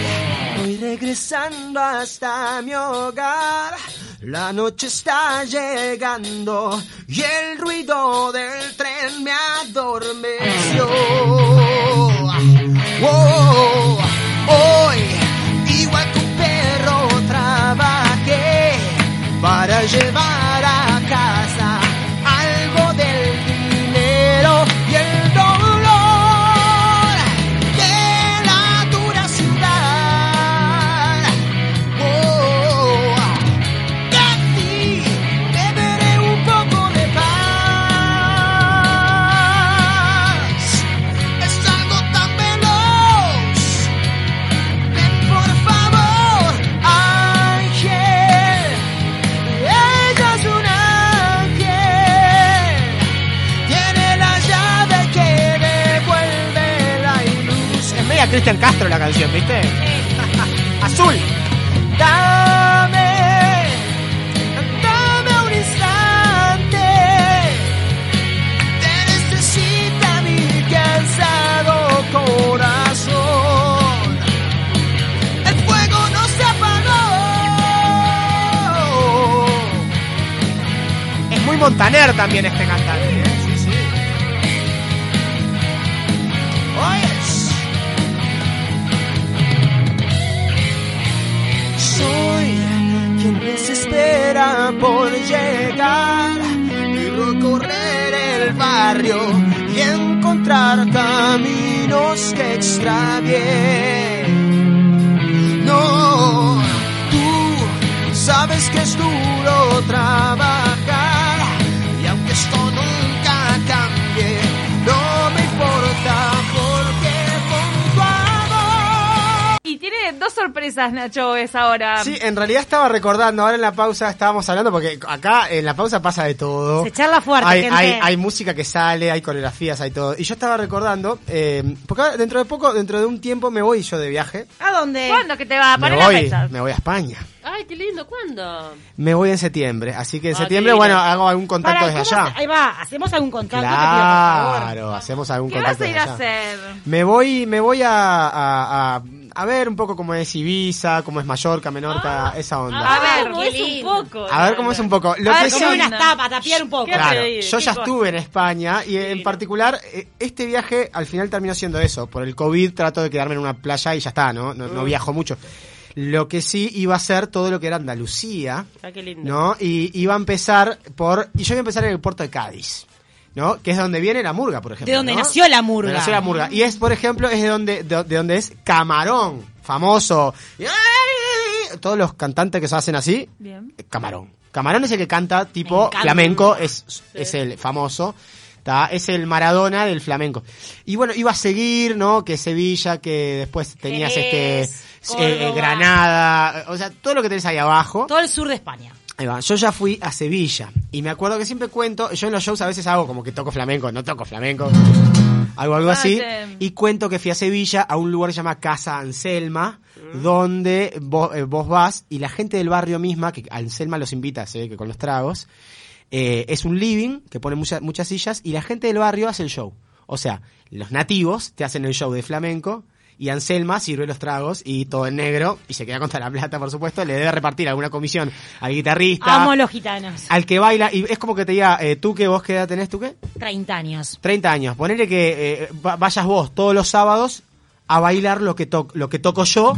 [SPEAKER 6] voy regresando hasta mi hogar. La noche está llegando y el ruido del tren me adormeció. Oh, hoy, igual que un perro, trabajé para llevar a casa algo del dinero y el dolor de la dura ciudad. Oh, casi beberé un poco de paz. Es algo tan veloz. Ven por favor, ángel. Ella es un ángel tiene la llave que devuelve la ilusión.
[SPEAKER 3] Es media Cristian Castro la canción, ¿viste? Azul.
[SPEAKER 6] Dame, dame un instante. Te necesita mi cansado corazón. El fuego no se apagó.
[SPEAKER 3] Es muy Montaner también este cantante. ¿eh? Sí, sí.
[SPEAKER 6] Oyes. Soy quien desespera por llegar y recorrer el barrio y encontrar caminos que extravié. No, tú sabes que es duro trabajar y aunque esto nunca cambie, no me importa porque con tu amor.
[SPEAKER 5] Y tiene dos sorpresas, Nacho, es ahora.
[SPEAKER 3] Sí, en realidad estaba recordando, ahora en la pausa estábamos hablando, porque acá en la pausa pasa de todo.
[SPEAKER 4] Se charla fuerte,
[SPEAKER 3] hay,
[SPEAKER 4] gente.
[SPEAKER 3] hay, hay música que sale, hay coreografías, hay todo. Y yo estaba recordando, eh, porque ahora dentro de poco, dentro de un tiempo me voy yo de viaje.
[SPEAKER 4] ¿A dónde?
[SPEAKER 5] ¿Cuándo que te va a
[SPEAKER 3] Me
[SPEAKER 5] poner Ah, la
[SPEAKER 3] voy,
[SPEAKER 5] fecha?
[SPEAKER 3] me voy a España.
[SPEAKER 1] Ay, qué lindo, ¿cuándo?
[SPEAKER 3] Me voy en septiembre, así que en
[SPEAKER 1] Ah,
[SPEAKER 3] septiembre,
[SPEAKER 1] qué lindo.
[SPEAKER 3] bueno, hago algún contacto
[SPEAKER 4] Para,
[SPEAKER 3] desde
[SPEAKER 4] ¿cómo
[SPEAKER 3] allá.
[SPEAKER 4] se- Ahí va, hacemos algún contacto. te pido, por favor.
[SPEAKER 3] Claro, hacemos algún
[SPEAKER 5] ¿Qué vas
[SPEAKER 3] contacto
[SPEAKER 5] a ir
[SPEAKER 3] desde
[SPEAKER 5] a
[SPEAKER 3] allá.
[SPEAKER 5] hacer?
[SPEAKER 3] Me voy, me voy a, a, a- a ver un poco cómo es Ibiza, cómo es Mallorca, Menorca, esa onda.
[SPEAKER 5] A ver,
[SPEAKER 1] qué
[SPEAKER 5] cómo es un
[SPEAKER 1] lindo.
[SPEAKER 5] poco.
[SPEAKER 3] Ah, A ver cómo es un poco. Lo
[SPEAKER 5] Ah, A ver
[SPEAKER 3] que
[SPEAKER 5] cómo
[SPEAKER 3] sí-
[SPEAKER 4] Comer
[SPEAKER 5] Qué
[SPEAKER 4] unas
[SPEAKER 5] onda.
[SPEAKER 4] tapas, tapear un poco.
[SPEAKER 5] Qué
[SPEAKER 3] Claro,
[SPEAKER 5] pedir,
[SPEAKER 3] yo
[SPEAKER 5] qué
[SPEAKER 3] ya
[SPEAKER 5] cosa.
[SPEAKER 3] estuve en España y en particular eh, este viaje al final terminó siendo eso. Por el COVID trato de quedarme en una playa y ya está, ¿no? No,
[SPEAKER 4] Mm.
[SPEAKER 3] no viajo mucho. Lo que sí iba a ser todo lo que era Andalucía,
[SPEAKER 1] Ah, qué lindo.
[SPEAKER 3] ¿no? Y iba a empezar por... Y yo iba a empezar en el puerto de Cádiz, ¿no? Que es donde viene la murga, por ejemplo.
[SPEAKER 4] De donde
[SPEAKER 3] ¿no?
[SPEAKER 4] nació la murga.
[SPEAKER 3] Donde nació la murga. Y es, por ejemplo, es de donde, de, de donde es Camarón, famoso. Todos los cantantes que se hacen así,
[SPEAKER 5] Bien.
[SPEAKER 3] Camarón. Camarón es el que canta tipo flamenco, es, es el famoso. ¿tá? Es el Maradona del flamenco. Y bueno, iba a seguir, ¿no? Que Sevilla, que después tenías este
[SPEAKER 4] Jerez,
[SPEAKER 3] eh,
[SPEAKER 4] Córdoba.
[SPEAKER 3] Granada, eh, o sea, todo lo que tenés ahí abajo.
[SPEAKER 4] Todo el sur de España.
[SPEAKER 3] Ahí va, Yo ya fui a Sevilla y me acuerdo que siempre cuento, yo en los shows a veces hago como que toco flamenco, no toco flamenco. algo, algo así.
[SPEAKER 5] Mate.
[SPEAKER 3] Y cuento que fui a Sevilla, a un lugar que se llama Casa Anselma, donde vos, eh, vos vas y la gente del barrio misma, que Anselma los invita, se ve que con los tragos, eh, es un living que pone mucha- muchas sillas y la gente del barrio hace el show. O sea, los nativos te hacen el show de flamenco. Y Anselma sirve los tragos y todo en negro y se queda con toda la plata, por supuesto. Le debe repartir alguna comisión al guitarrista,
[SPEAKER 4] Amo los gitanos.
[SPEAKER 3] al que baila. Y es como que te diga, eh, tú que vos qué edad tenés, tú qué?
[SPEAKER 4] 30 años.
[SPEAKER 3] 30 años. Ponele que eh, va- vayas vos todos los sábados a bailar lo que, to- lo que toco yo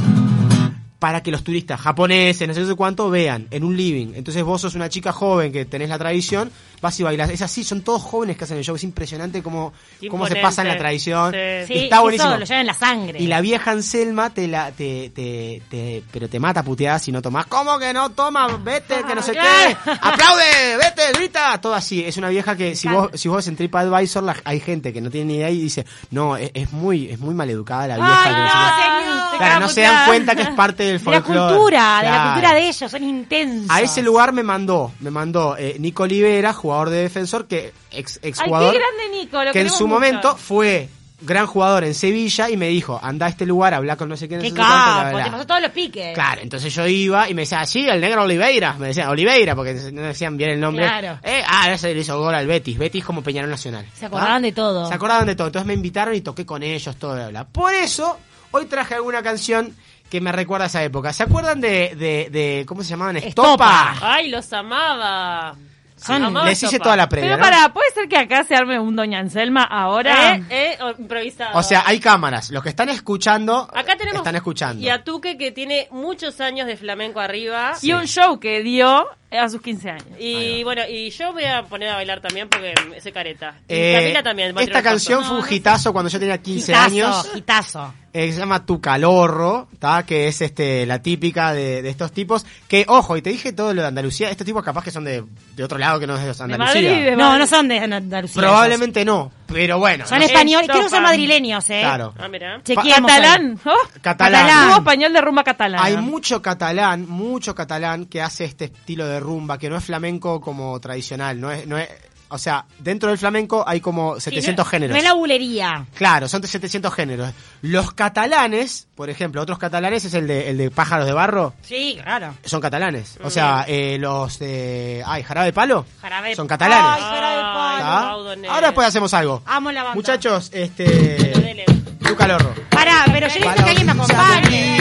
[SPEAKER 3] para que los turistas japoneses, no sé de cuánto, vean en un living. Entonces vos sos una chica joven que tenés la tradición, vas y bailas. Es así, son todos jóvenes que hacen el show. Es impresionante cómo,
[SPEAKER 1] Qué
[SPEAKER 3] cómo se
[SPEAKER 1] imponente.
[SPEAKER 3] pasan la tradición.
[SPEAKER 1] Sí.
[SPEAKER 4] Sí,
[SPEAKER 3] Está
[SPEAKER 4] eso
[SPEAKER 3] buenísimo.
[SPEAKER 4] lo llevan en la sangre.
[SPEAKER 3] Y la vieja Anselma te la te, te, te- pero te mata puteada si no tomás. ¿Cómo que no tomas? Vete, que no sé qué. Aplaude, vete, grita, todo así. Es una vieja que si vos si vos en TripAdvisor la- hay gente que no tiene ni idea y dice, "No, es, es muy es muy maleducada la vieja." que no sé qué".
[SPEAKER 5] señor!
[SPEAKER 3] Claro, no se dan cuenta que es parte del
[SPEAKER 4] De la
[SPEAKER 3] folclore.
[SPEAKER 4] cultura, de la
[SPEAKER 3] Claro.
[SPEAKER 4] cultura de ellos, son intensos.
[SPEAKER 3] A ese lugar me mandó, me mandó eh, Nico Olivera, jugador de defensor, que ex, ex
[SPEAKER 5] Ay,
[SPEAKER 3] jugador
[SPEAKER 5] qué grande Nico, lo
[SPEAKER 3] que en
[SPEAKER 5] queremos
[SPEAKER 3] su
[SPEAKER 5] mucho.
[SPEAKER 3] momento fue gran jugador en Sevilla y me dijo, anda a este lugar, habla con no sé quién. no
[SPEAKER 4] Qué
[SPEAKER 3] sé cuánto, bla, bla,
[SPEAKER 4] capo,
[SPEAKER 3] bla".
[SPEAKER 4] te pasó todos los piques.
[SPEAKER 3] Claro, entonces yo iba y me decía, sí, el negro Oliveira. Me decían, Oliveira, porque no decían bien el nombre.
[SPEAKER 4] Claro.
[SPEAKER 3] Eh, ah, ese le hizo gol al Betis. Betis como Peñarol Nacional.
[SPEAKER 4] Se acordaban
[SPEAKER 3] ¿Ah?
[SPEAKER 4] de todo.
[SPEAKER 3] Se acordaban de todo. Entonces me invitaron y toqué con ellos, todo, bla, bla. Por eso, hoy traje alguna canción que me recuerda a esa época. ¿Se acuerdan de, de, de- ¿cómo se llamaban?
[SPEAKER 4] Estopa.
[SPEAKER 3] Estopa.
[SPEAKER 1] Ay, los amaba.
[SPEAKER 3] Son-
[SPEAKER 1] Amaba
[SPEAKER 3] les hice
[SPEAKER 1] Estopa.
[SPEAKER 3] toda la previa,
[SPEAKER 5] Pero
[SPEAKER 3] ¿no?
[SPEAKER 5] para, ¿puede ser que acá se arme un Doña Anselma ahora?
[SPEAKER 1] Eh, eh, o- improvisado.
[SPEAKER 3] O sea, hay cámaras. Los que están escuchando,
[SPEAKER 1] Acá tenemos
[SPEAKER 3] están escuchando.
[SPEAKER 1] y a Tuque que tiene muchos años de flamenco arriba.
[SPEAKER 5] Y un show que dio a sus 15 años.
[SPEAKER 1] Y bueno, y yo voy a poner a bailar también porque sé careta. Y
[SPEAKER 3] Eh,
[SPEAKER 1] Camila también. va a tirar
[SPEAKER 3] Esta
[SPEAKER 1] un canto.
[SPEAKER 3] canción fue un hitazo cuando yo tenía 15
[SPEAKER 4] Gitazo,
[SPEAKER 3] años.
[SPEAKER 4] Gitazo.
[SPEAKER 3] Eh, se llama Tu Calorro, ¿tá? que es este la típica de, de estos tipos. Que, ojo, y te dije todo lo de Andalucía, estos tipos capaz que son de, de otro lado que no es de
[SPEAKER 5] De
[SPEAKER 3] Andalucía.
[SPEAKER 5] Madrid. de
[SPEAKER 4] No,
[SPEAKER 5] Madrid.
[SPEAKER 4] no son de Andalucía.
[SPEAKER 3] Probablemente no, pero bueno.
[SPEAKER 4] ellos. Son
[SPEAKER 3] no-
[SPEAKER 4] españoles,
[SPEAKER 5] Esto,
[SPEAKER 4] creo que son
[SPEAKER 5] pan.
[SPEAKER 4] madrileños, eh.
[SPEAKER 3] Claro.
[SPEAKER 1] Ah, mira.
[SPEAKER 4] Chequeamos ahí.
[SPEAKER 5] Catalán. Oh,
[SPEAKER 3] Catalán.
[SPEAKER 5] Hubo español de rumba catalana.
[SPEAKER 3] Hay mucho catalán, mucho catalán que hace este estilo de rumba, que no es flamenco como tradicional, no es, no es, o sea, dentro del flamenco hay como
[SPEAKER 4] Sí,
[SPEAKER 3] 700
[SPEAKER 4] no-
[SPEAKER 3] géneros.
[SPEAKER 4] No es la bulería.
[SPEAKER 3] Claro, son 700 géneros. Los catalanes, por ejemplo, otros catalanes es el de, el de pájaros de barro.
[SPEAKER 4] Sí, claro.
[SPEAKER 3] Son catalanes. O sea, eh, los de. Ay, jarabe de palo.
[SPEAKER 4] Mm. Jarabe.
[SPEAKER 3] Son catalanes.
[SPEAKER 4] Ay, jarabe de palo. Ah,
[SPEAKER 3] ¿Está?
[SPEAKER 1] Baudonés.
[SPEAKER 3] Ahora después hacemos algo.
[SPEAKER 4] Amo la banda.
[SPEAKER 3] Muchachos,
[SPEAKER 1] Bueno, dele.
[SPEAKER 3] este. Tu calorro.
[SPEAKER 4] Pará, pero yo necesito que alguien me acompañe.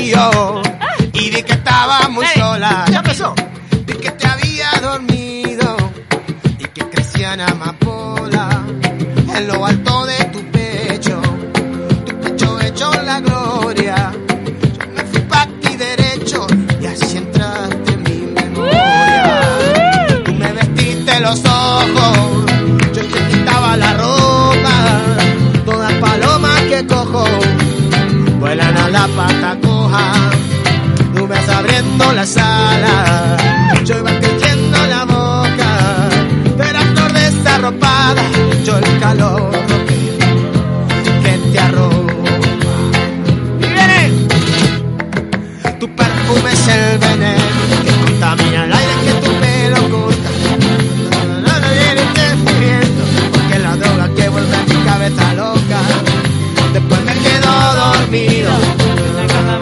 [SPEAKER 6] Y vi que estaba muy
[SPEAKER 5] Dale.
[SPEAKER 6] sola.
[SPEAKER 3] Ya empezó.
[SPEAKER 6] Vi que te había dormido y que crecían amapola en lo alto de tu pecho, tu pecho hecho la gloria. Yo me fui pa' ti derecho y así entraste en mi memoria. Tú me vestiste los ojos, yo te quitaba la ropa, todas palomas que cojo vuelan a la pata coja. Tú vas abriendo la sala, yo iba creciendo la boca, tú eras flor desarropada, yo el calor que- que te arroba. ¡Y viene! Tu perfume es el veneno que contamina el aire que tu pelo corta. No lo vienes muriendo, porque es la droga que vuelve a mi cabeza loca. Después me quedo dormido,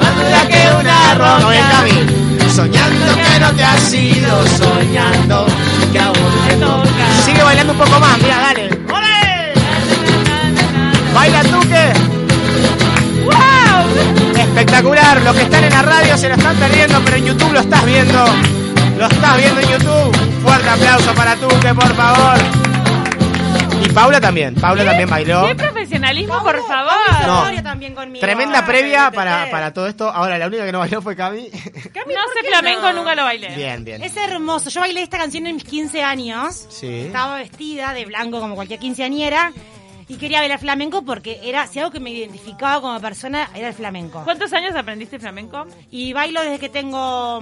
[SPEAKER 6] madura que una roca.
[SPEAKER 3] Oye, Cami.
[SPEAKER 6] Soñando que no te has ido, soñando que aún te toca.
[SPEAKER 3] Sigue bailando un poco más, mira, dale. Baila tú que. Espectacular. Los que están en la radio se lo están perdiendo, pero en YouTube lo estás viendo. Lo estás viendo en YouTube. Fuerte aplauso para tú que, por favor. Y Paula también. Paula también bailó.
[SPEAKER 5] ¡Qué profesionalismo, por favor!
[SPEAKER 3] No.
[SPEAKER 4] Gloria también conmigo.
[SPEAKER 3] Tremenda previa para, para todo esto. Ahora, la única que no bailó fue Cami.
[SPEAKER 5] No sé flamenco, nunca lo bailé.
[SPEAKER 3] Bien, bien.
[SPEAKER 4] Es hermoso. Yo bailé esta canción en mis 15 años.
[SPEAKER 3] Sí.
[SPEAKER 4] Estaba vestida de blanco como cualquier quinceañera y quería bailar flamenco porque era si algo que me identificaba como persona era el flamenco.
[SPEAKER 5] ¿Cuántos años aprendiste flamenco?
[SPEAKER 4] Y bailo desde que tengo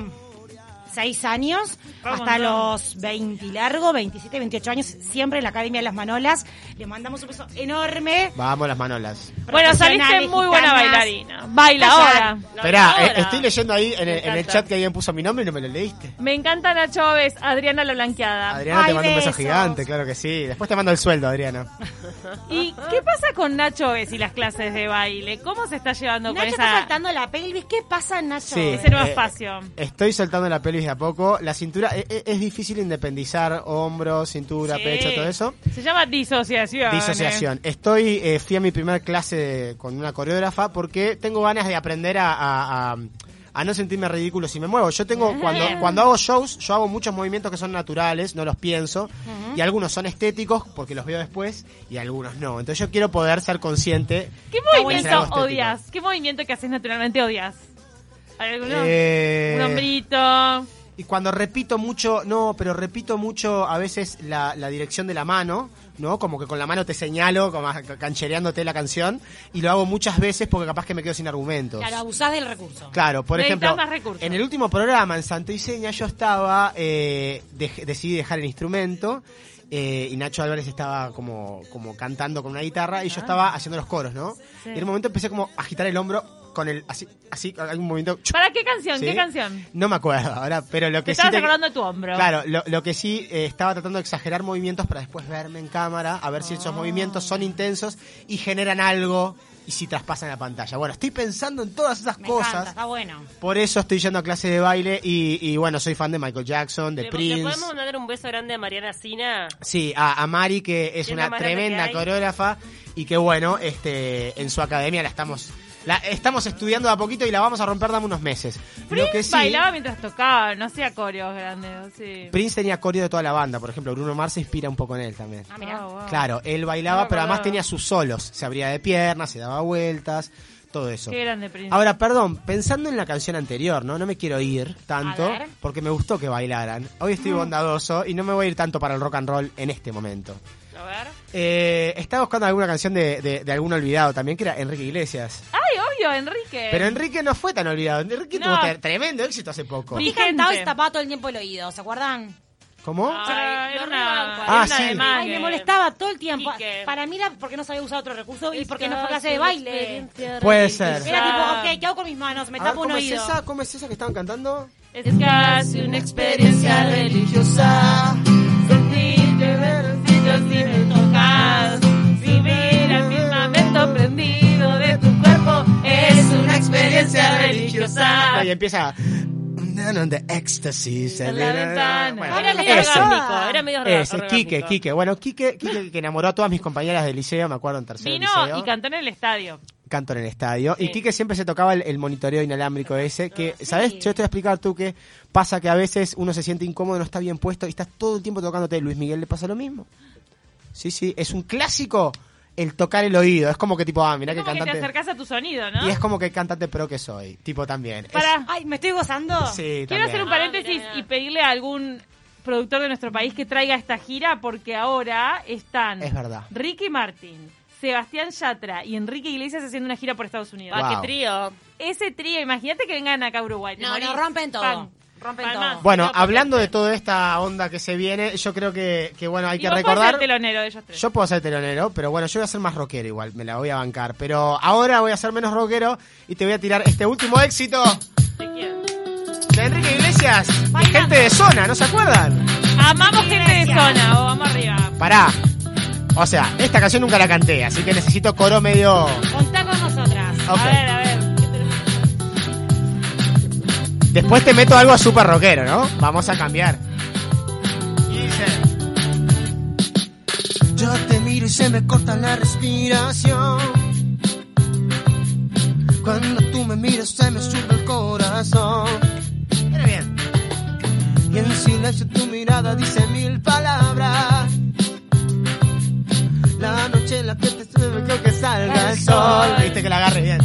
[SPEAKER 4] 16 años
[SPEAKER 5] Vamos,
[SPEAKER 4] hasta
[SPEAKER 5] no.
[SPEAKER 4] los 20 y largo, 27, 28 años, siempre en la Academia de las Manolas. Le mandamos un beso enorme.
[SPEAKER 3] Vamos las manolas.
[SPEAKER 5] Bueno, saliste
[SPEAKER 4] Profesionales,
[SPEAKER 5] muy buena
[SPEAKER 4] gitanas.
[SPEAKER 5] bailarina. Baila
[SPEAKER 4] Callar.
[SPEAKER 5] ahora.
[SPEAKER 3] Esperá,
[SPEAKER 1] ahora.
[SPEAKER 3] eh, estoy leyendo ahí en, el- en el
[SPEAKER 1] encanta.
[SPEAKER 3] chat que alguien puso mi nombre y no me lo leíste.
[SPEAKER 5] Me encanta Nacho Oves, Adriana la Blanqueada.
[SPEAKER 3] Adriana te
[SPEAKER 4] Ay,
[SPEAKER 3] mando un beso
[SPEAKER 4] besos.
[SPEAKER 3] gigante, claro que sí. Después te mando el sueldo, Adriana.
[SPEAKER 5] ¿Y qué pasa con Nacho Oves y las clases de baile? ¿Cómo se está llevando
[SPEAKER 4] Nacho
[SPEAKER 5] con
[SPEAKER 4] está
[SPEAKER 5] esa,
[SPEAKER 4] saltando la pelvis. ¿Qué pasa, Nacho?
[SPEAKER 3] Sí.
[SPEAKER 5] ese nuevo
[SPEAKER 3] Eh,
[SPEAKER 5] espacio?
[SPEAKER 3] Estoy soltando la pelvis de a poco. La cintura, e- e- es, difícil independizar hombro, cintura,
[SPEAKER 5] Sí.
[SPEAKER 3] pecho, todo eso.
[SPEAKER 5] Se llama disociación. eh.
[SPEAKER 3] Disociación. Estoy, eh, fui a mi primer clase de- con una coreógrafa porque tengo ganas de aprender a, a- a- a no sentirme ridículo si me muevo. Yo tengo, cuando, cuando hago shows, yo hago muchos movimientos que son naturales, no los pienso, y algunos son estéticos porque los veo después, y algunos no. Entonces yo quiero poder ser consciente.
[SPEAKER 5] ¿Qué
[SPEAKER 3] Algo
[SPEAKER 5] movimiento
[SPEAKER 3] estético.
[SPEAKER 5] odias? ¿Qué movimiento que haces naturalmente odias? ¿Alguno?
[SPEAKER 3] Eh,
[SPEAKER 5] Un hombrito.
[SPEAKER 3] Y cuando repito mucho, no, pero repito mucho a veces la, la dirección de la mano, ¿no? Como que con la mano te señalo, como a- canchereándote la canción, y lo hago muchas veces porque capaz que me quedo sin argumentos.
[SPEAKER 4] Claro, abusás del recurso.
[SPEAKER 3] Claro, por
[SPEAKER 5] Necesitas
[SPEAKER 3] ejemplo,
[SPEAKER 5] más recursos.
[SPEAKER 3] en el último programa en Santo y Seña yo estaba, eh, dej- decidí dejar el instrumento eh, y Nacho Álvarez estaba como, como cantando con una guitarra
[SPEAKER 5] Ah.
[SPEAKER 3] y yo estaba haciendo los coros, ¿no? Y en un momento empecé como a agitar el hombro con el, así, así, algún momento...
[SPEAKER 5] ¿Para qué canción?
[SPEAKER 3] Sí.
[SPEAKER 5] ¿Qué canción?
[SPEAKER 3] No me acuerdo ahora, pero lo
[SPEAKER 5] Te
[SPEAKER 3] que sí...
[SPEAKER 5] estabas
[SPEAKER 3] te-
[SPEAKER 5] acordando de tu hombro.
[SPEAKER 3] Claro, lo, lo que sí eh, estaba tratando de exagerar movimientos para después verme en cámara, a ver si esos movimientos son intensos y generan algo y si traspasan la pantalla. Bueno, estoy pensando en todas esas
[SPEAKER 4] Me
[SPEAKER 3] cosas.
[SPEAKER 4] encanta, está bueno.
[SPEAKER 3] Por eso estoy yendo a clase de baile y, y, bueno, soy fan de Michael Jackson, de
[SPEAKER 1] ¿Le, le
[SPEAKER 3] Prince.
[SPEAKER 1] podemos mandar un beso grande a Mariana Sina?
[SPEAKER 3] Sí, a, a Mari, que es
[SPEAKER 1] Es
[SPEAKER 3] una
[SPEAKER 1] la más grande
[SPEAKER 3] tremenda
[SPEAKER 1] que hay.
[SPEAKER 3] coreógrafa y que bueno, este en su academia la estamos la estamos estudiando de a poquito y la vamos a romper dame unos meses. Lo que sí,
[SPEAKER 5] Bailaba mientras tocaba, no hacía coreos grandes. Sí.
[SPEAKER 3] Prince tenía coreo de toda la banda, por ejemplo, Bruno Mars se inspira un poco en él también.
[SPEAKER 4] Ah, mirá.
[SPEAKER 5] Ah, wow.
[SPEAKER 3] Claro, él bailaba,
[SPEAKER 5] No me
[SPEAKER 3] pero además
[SPEAKER 5] acordaba.
[SPEAKER 3] tenía sus solos, se abría de piernas, se daba vueltas, todo eso.
[SPEAKER 5] Qué grande Prince.
[SPEAKER 3] Ahora, perdón, pensando en la canción anterior, ¿no? No me quiero ir tanto,
[SPEAKER 4] A ver.
[SPEAKER 3] porque me gustó que bailaran. Hoy estoy
[SPEAKER 5] Mm.
[SPEAKER 3] bondadoso y no me voy a ir tanto para el rock and roll en este momento.
[SPEAKER 1] A ver.
[SPEAKER 3] Eh, estaba buscando alguna canción de, de, de algún olvidado también, que era Enrique Iglesias.
[SPEAKER 5] Ay, obvio, Enrique.
[SPEAKER 3] Pero Enrique no fue tan olvidado. Enrique
[SPEAKER 5] Eh. No.
[SPEAKER 3] tuvo tre- tremendo éxito hace poco.
[SPEAKER 5] Pri-
[SPEAKER 4] Y
[SPEAKER 5] Gente.
[SPEAKER 4] cantaba y se tapaba todo el tiempo el oído, ¿se acuerdan?
[SPEAKER 3] ¿Cómo?
[SPEAKER 5] Ah,
[SPEAKER 1] Ay,
[SPEAKER 5] era
[SPEAKER 1] no
[SPEAKER 5] una,
[SPEAKER 1] rebanco.
[SPEAKER 5] era
[SPEAKER 3] Ah,
[SPEAKER 5] una
[SPEAKER 3] sí. Ay,
[SPEAKER 5] de
[SPEAKER 4] Ay, me
[SPEAKER 5] Mague.
[SPEAKER 4] molestaba todo el tiempo.
[SPEAKER 1] Quique.
[SPEAKER 4] Para mí era porque no sabía usar otro recurso y porque no fue clase de baile.
[SPEAKER 3] Puede ser.
[SPEAKER 4] Era tipo, ok, ¿qué hago con mis manos? Me
[SPEAKER 3] A ver,
[SPEAKER 4] tapo un
[SPEAKER 3] ¿cómo, es
[SPEAKER 4] oído.
[SPEAKER 3] esa? ¿Cómo es esa que estaban cantando?
[SPEAKER 5] Es casi una experiencia
[SPEAKER 6] experiencia religiosa.
[SPEAKER 5] sentirte verdecito si me tocas. Si miras mi momento prendido de tu cuerpo, es una experiencia religiosa.
[SPEAKER 3] Y empieza. "Nano de éxtasis.
[SPEAKER 5] En Ah. la ventana.
[SPEAKER 1] Era
[SPEAKER 5] Hola,
[SPEAKER 1] medio
[SPEAKER 5] ese.
[SPEAKER 1] orgánico, era medio orga-
[SPEAKER 3] Ese,
[SPEAKER 1] orgánico.
[SPEAKER 3] Quique, Quique. Bueno, Quique, Quique que enamoró a todas mis compañeras del liceo, me acuerdo en tercero
[SPEAKER 5] Vino
[SPEAKER 3] liceo.
[SPEAKER 5] y cantó en el estadio.
[SPEAKER 3] canto en el estadio. Y Quique siempre se tocaba el, el monitoreo inalámbrico ese,
[SPEAKER 5] Ah,
[SPEAKER 3] que, ¿sabes? Yo te voy a explicar tú que pasa que a veces uno se siente incómodo, no está bien puesto y estás todo el tiempo tocándote. Luis Miguel le pasa lo mismo. Sí, sí, es un clásico el tocar el oído. Es como que tipo, ah, mirá
[SPEAKER 5] Es
[SPEAKER 3] que
[SPEAKER 5] como que te
[SPEAKER 3] cantante.
[SPEAKER 5] acercás a tu sonido, ¿no?
[SPEAKER 3] y es como que cantante pro que soy. Tipo también. Es-
[SPEAKER 5] Para,
[SPEAKER 4] Ay, ¿me estoy gozando?
[SPEAKER 3] sí,
[SPEAKER 5] quiero
[SPEAKER 3] también.
[SPEAKER 5] hacer un
[SPEAKER 4] Ah,
[SPEAKER 5] paréntesis y pedirle a algún productor de nuestro país que traiga esta gira porque ahora están
[SPEAKER 3] Es verdad.
[SPEAKER 5] Ricky Martin, Sebastián Yatra y Enrique Iglesias haciendo una gira por Estados Unidos.
[SPEAKER 1] Ah,
[SPEAKER 3] Wow.
[SPEAKER 1] qué trío.
[SPEAKER 5] Ese trío, imagínate que vengan acá a Uruguay. te
[SPEAKER 4] No,
[SPEAKER 5] morís.
[SPEAKER 4] no, rompen todo.
[SPEAKER 5] Pan.
[SPEAKER 4] Rompen
[SPEAKER 5] Palmas.
[SPEAKER 4] todo.
[SPEAKER 3] Bueno,
[SPEAKER 5] No, porque-
[SPEAKER 3] hablando de toda esta onda que se viene, yo creo que, que bueno, hay
[SPEAKER 5] Y
[SPEAKER 3] que
[SPEAKER 5] vos podés ser
[SPEAKER 3] recordar.
[SPEAKER 5] telonero de ellos tres.
[SPEAKER 3] Yo puedo ser telonero, pero bueno, yo voy a ser más rockero igual, me la voy a bancar. Pero ahora voy a ser menos rockero y te voy a tirar este último éxito
[SPEAKER 5] Te quiero.
[SPEAKER 3] de Enrique Iglesias. y
[SPEAKER 4] Bailando.
[SPEAKER 3] Gente de zona, ¿no se acuerdan?
[SPEAKER 5] Amamos gente de
[SPEAKER 4] Gracias.
[SPEAKER 5] zona, o vamos arriba.
[SPEAKER 3] Pará. O sea, esta canción nunca la canté, así que necesito coro medio.
[SPEAKER 4] Contá con nosotras.
[SPEAKER 3] Ok.
[SPEAKER 5] A ver, a ver.
[SPEAKER 3] Después te meto algo súper rockero, ¿no? Vamos a cambiar. Y dice,
[SPEAKER 6] Yo te miro y se me corta la respiración. Cuando tú me miras se me sube el corazón.
[SPEAKER 3] Viene bien.
[SPEAKER 6] Y en silencio tu mirada dice mil palabras. La noche en la que te sube creo que salga el sol.
[SPEAKER 3] Sol, viste que la agarre bien.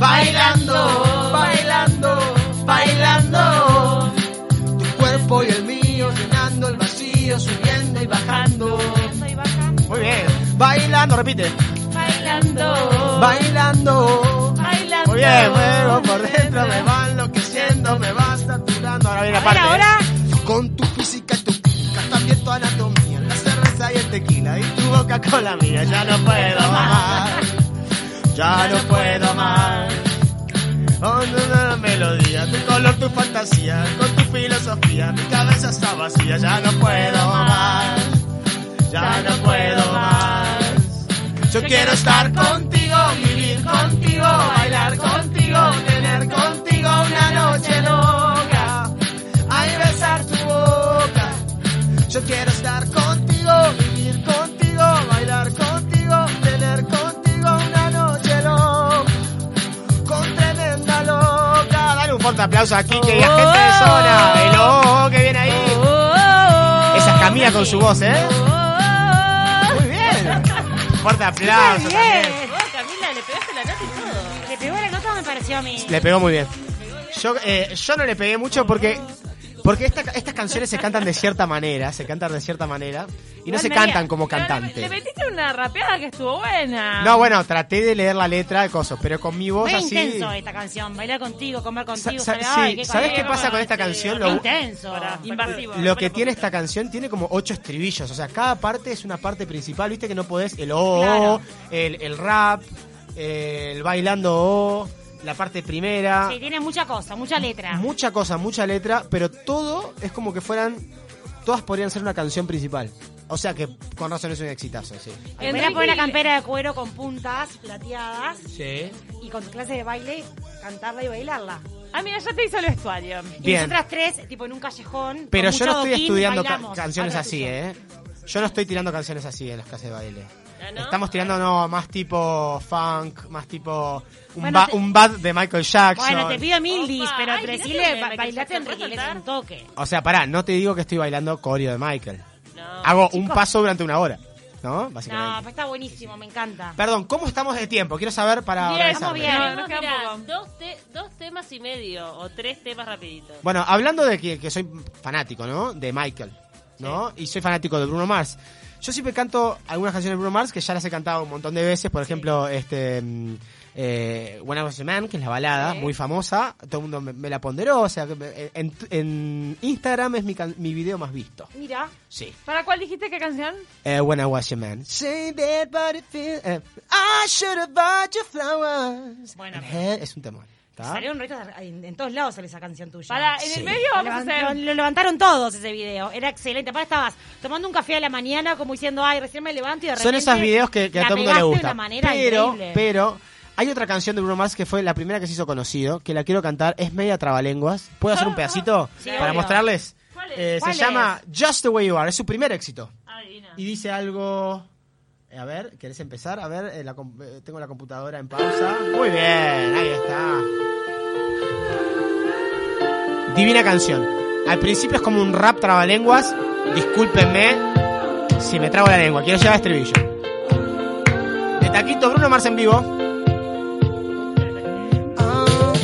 [SPEAKER 6] Bailando, bailando, bailando. Tu cuerpo y el mío llenando el vacío, subiendo y bajando.
[SPEAKER 3] Muy bien. Bailando, repite.
[SPEAKER 5] Bailando,
[SPEAKER 6] Bailando.
[SPEAKER 5] bailando.
[SPEAKER 3] Muy bien, fuego por dentro, me va enloqueciendo, me va saturando.
[SPEAKER 4] A
[SPEAKER 5] Gabriela
[SPEAKER 4] ver,
[SPEAKER 5] aparte. ¿eh?
[SPEAKER 4] ahora.
[SPEAKER 3] Con tu física y tu pica, también tu anatomía, la cerveza y el tequila y tu boca con la mía. Ya no puedo más, ya no puedo más. Oh, no, no, melodía, tu color, tu fantasía, con tu filosofía, mi cabeza está vacía. Ya no puedo más, ya no puedo más. Yo quiero estar contigo, vivir contigo, bailar contigo, tener contigo una noche loca. Ay, besar tu boca. Yo quiero estar contigo, vivir contigo, bailar contigo, tener contigo una noche loca. Con tremenda loca. Dale un fuerte aplauso a Kike y a gente de zona. El ojo que viene ahí.
[SPEAKER 5] Oh,
[SPEAKER 3] Esa es Camila con su voz, ¿eh?
[SPEAKER 5] oh.
[SPEAKER 3] Muy bien. Fuerte aplauso.
[SPEAKER 4] Muy bien.
[SPEAKER 3] también.
[SPEAKER 1] Vos, Camila, le pegaste la nata y todo.
[SPEAKER 4] Le pegó la nota, me pareció a mí.
[SPEAKER 3] Le pegó muy bien. Yo, eh, yo no le pegué mucho porque. Porque esta- estas canciones se cantan de cierta manera, se cantan de cierta manera, y no
[SPEAKER 5] Igual,
[SPEAKER 3] se
[SPEAKER 5] María,
[SPEAKER 3] cantan como
[SPEAKER 5] pero le- Le
[SPEAKER 3] cantante.
[SPEAKER 5] metiste una rapeada que estuvo buena.
[SPEAKER 3] No, bueno, traté de leer la letra de cosas, pero con mi voz
[SPEAKER 4] Muy
[SPEAKER 3] así.
[SPEAKER 4] intenso esta canción. Bailar contigo, comer
[SPEAKER 3] Sa- sa-
[SPEAKER 4] contigo. saber-
[SPEAKER 3] sí,
[SPEAKER 4] ay, qué
[SPEAKER 3] ¿Sabes qué
[SPEAKER 4] cosa.
[SPEAKER 3] pasa con esta canción?
[SPEAKER 4] Qué
[SPEAKER 3] Lo,
[SPEAKER 4] intenso. ahora.
[SPEAKER 5] Invasivo.
[SPEAKER 3] lo que tiene esta canción tiene como ocho estribillos, o sea, cada parte es una parte principal, viste que no podés el o,
[SPEAKER 4] Claro.
[SPEAKER 3] el, el rap, el bailando o, la parte primera.
[SPEAKER 4] Sí, tiene mucha cosa, mucha letra.
[SPEAKER 3] mucha cosa, mucha letra, pero todo es como que fueran. Todas podrían ser una canción principal. O sea que con razón es un exitazo, sí.
[SPEAKER 4] Me voy a poner una campera de cuero con puntas plateadas
[SPEAKER 3] Sí.
[SPEAKER 4] y con tu clase de baile, cantarla y bailarla.
[SPEAKER 5] Ah, mira, ya te hizo el vestuario.
[SPEAKER 3] Bien.
[SPEAKER 4] Y nosotras tres, tipo en un callejón.
[SPEAKER 3] Pero
[SPEAKER 4] con
[SPEAKER 3] yo
[SPEAKER 4] mucho
[SPEAKER 3] no estoy
[SPEAKER 4] adoquín,
[SPEAKER 3] estudiando ca-
[SPEAKER 4] bailamos.
[SPEAKER 3] canciones
[SPEAKER 4] Habla
[SPEAKER 3] así,
[SPEAKER 4] tuyo.
[SPEAKER 3] ¿eh? Yo no estoy tirando canciones así en las clases de baile.
[SPEAKER 1] Ah, ¿no?
[SPEAKER 3] Estamos tirando no, más tipo funk, más tipo un,
[SPEAKER 4] Bueno,
[SPEAKER 3] ba-
[SPEAKER 4] te-
[SPEAKER 3] un bad de Michael Jackson.
[SPEAKER 4] Bueno, te pido mildis,
[SPEAKER 1] Opa,
[SPEAKER 4] pero
[SPEAKER 1] ay, mirá que
[SPEAKER 4] Priscila,
[SPEAKER 1] me-
[SPEAKER 4] ba-
[SPEAKER 1] me
[SPEAKER 4] bailate
[SPEAKER 1] quiso
[SPEAKER 4] Enrique Iglesias
[SPEAKER 1] contratar.
[SPEAKER 4] un toque.
[SPEAKER 3] O sea, pará, no te digo que estoy bailando coreo de Michael.
[SPEAKER 1] No.
[SPEAKER 3] Hago un paso durante una hora, ¿no?
[SPEAKER 4] No,
[SPEAKER 3] Básicamente.
[SPEAKER 4] pero está buenísimo, me encanta.
[SPEAKER 3] Perdón, ¿cómo estamos de tiempo? Quiero saber para
[SPEAKER 5] Bien,
[SPEAKER 3] organizarme.
[SPEAKER 4] estamos bien.
[SPEAKER 5] No,
[SPEAKER 1] Tenemos,
[SPEAKER 5] nos queda
[SPEAKER 1] mirá,
[SPEAKER 5] un poco.
[SPEAKER 1] dos, te- dos temas y medio o tres temas rapiditos.
[SPEAKER 3] Bueno, hablando de que, que soy fanático, ¿no? De Michael, ¿no? Y soy fanático de Bruno Mars. Yo siempre canto algunas canciones de Bruno Mars que ya las he cantado un montón de veces. Por ejemplo, este. mm, eh, When I Was a Man, que es la balada, muy famosa. Todo el mundo me, me la ponderó. O sea, que me- en, en Instagram es mi, can- mi video más visto.
[SPEAKER 4] Mira,
[SPEAKER 3] Sí.
[SPEAKER 5] ¿Para cuál dijiste qué canción?
[SPEAKER 3] Eh, when I Was a Man. Say that, but it feels- eh, I should have bought you flowers.
[SPEAKER 4] Bueno,
[SPEAKER 3] And
[SPEAKER 4] pero-
[SPEAKER 3] here- es un temor. ¿tá?
[SPEAKER 4] salieron revistas en, en todos lados sale esa canción tuya.
[SPEAKER 5] Para, en
[SPEAKER 3] Sí.
[SPEAKER 5] el medio
[SPEAKER 4] Lo
[SPEAKER 5] vamos a
[SPEAKER 4] levan-
[SPEAKER 5] hacer.
[SPEAKER 4] lo, lo levantaron todos ese video, era excelente. Aparte estabas tomando un café a la mañana como diciendo, ay, recién me levanto y de
[SPEAKER 3] Son
[SPEAKER 4] repente
[SPEAKER 3] esos videos que, que a
[SPEAKER 4] la
[SPEAKER 3] todo el mundo le
[SPEAKER 4] pegaste de
[SPEAKER 3] gusta.
[SPEAKER 4] una manera
[SPEAKER 3] pero,
[SPEAKER 4] increíble.
[SPEAKER 3] pero, hay otra canción de Bruno Mars que fue la primera que se hizo conocido, que la quiero cantar, es media trabalenguas. ¿Puedo hacer un pedacito
[SPEAKER 4] Sí,
[SPEAKER 3] para
[SPEAKER 4] obvio.
[SPEAKER 3] mostrarles?
[SPEAKER 5] ¿Cuál es?
[SPEAKER 3] Eh, se
[SPEAKER 4] ¿Cuál es?
[SPEAKER 3] llama Just the Way You Are, es su primer éxito.
[SPEAKER 5] Adivina.
[SPEAKER 3] Y dice algo... eh, A ver, ¿querés empezar? A ver, eh, la com- eh, tengo la computadora en pausa. Muy bien, ahí está. Divina canción. Al principio es como un rap trabalenguas. Discúlpenme si me trago la lengua. Quiero llegar a estribillo. De taquito Bruno Mars en vivo.
[SPEAKER 7] Oh,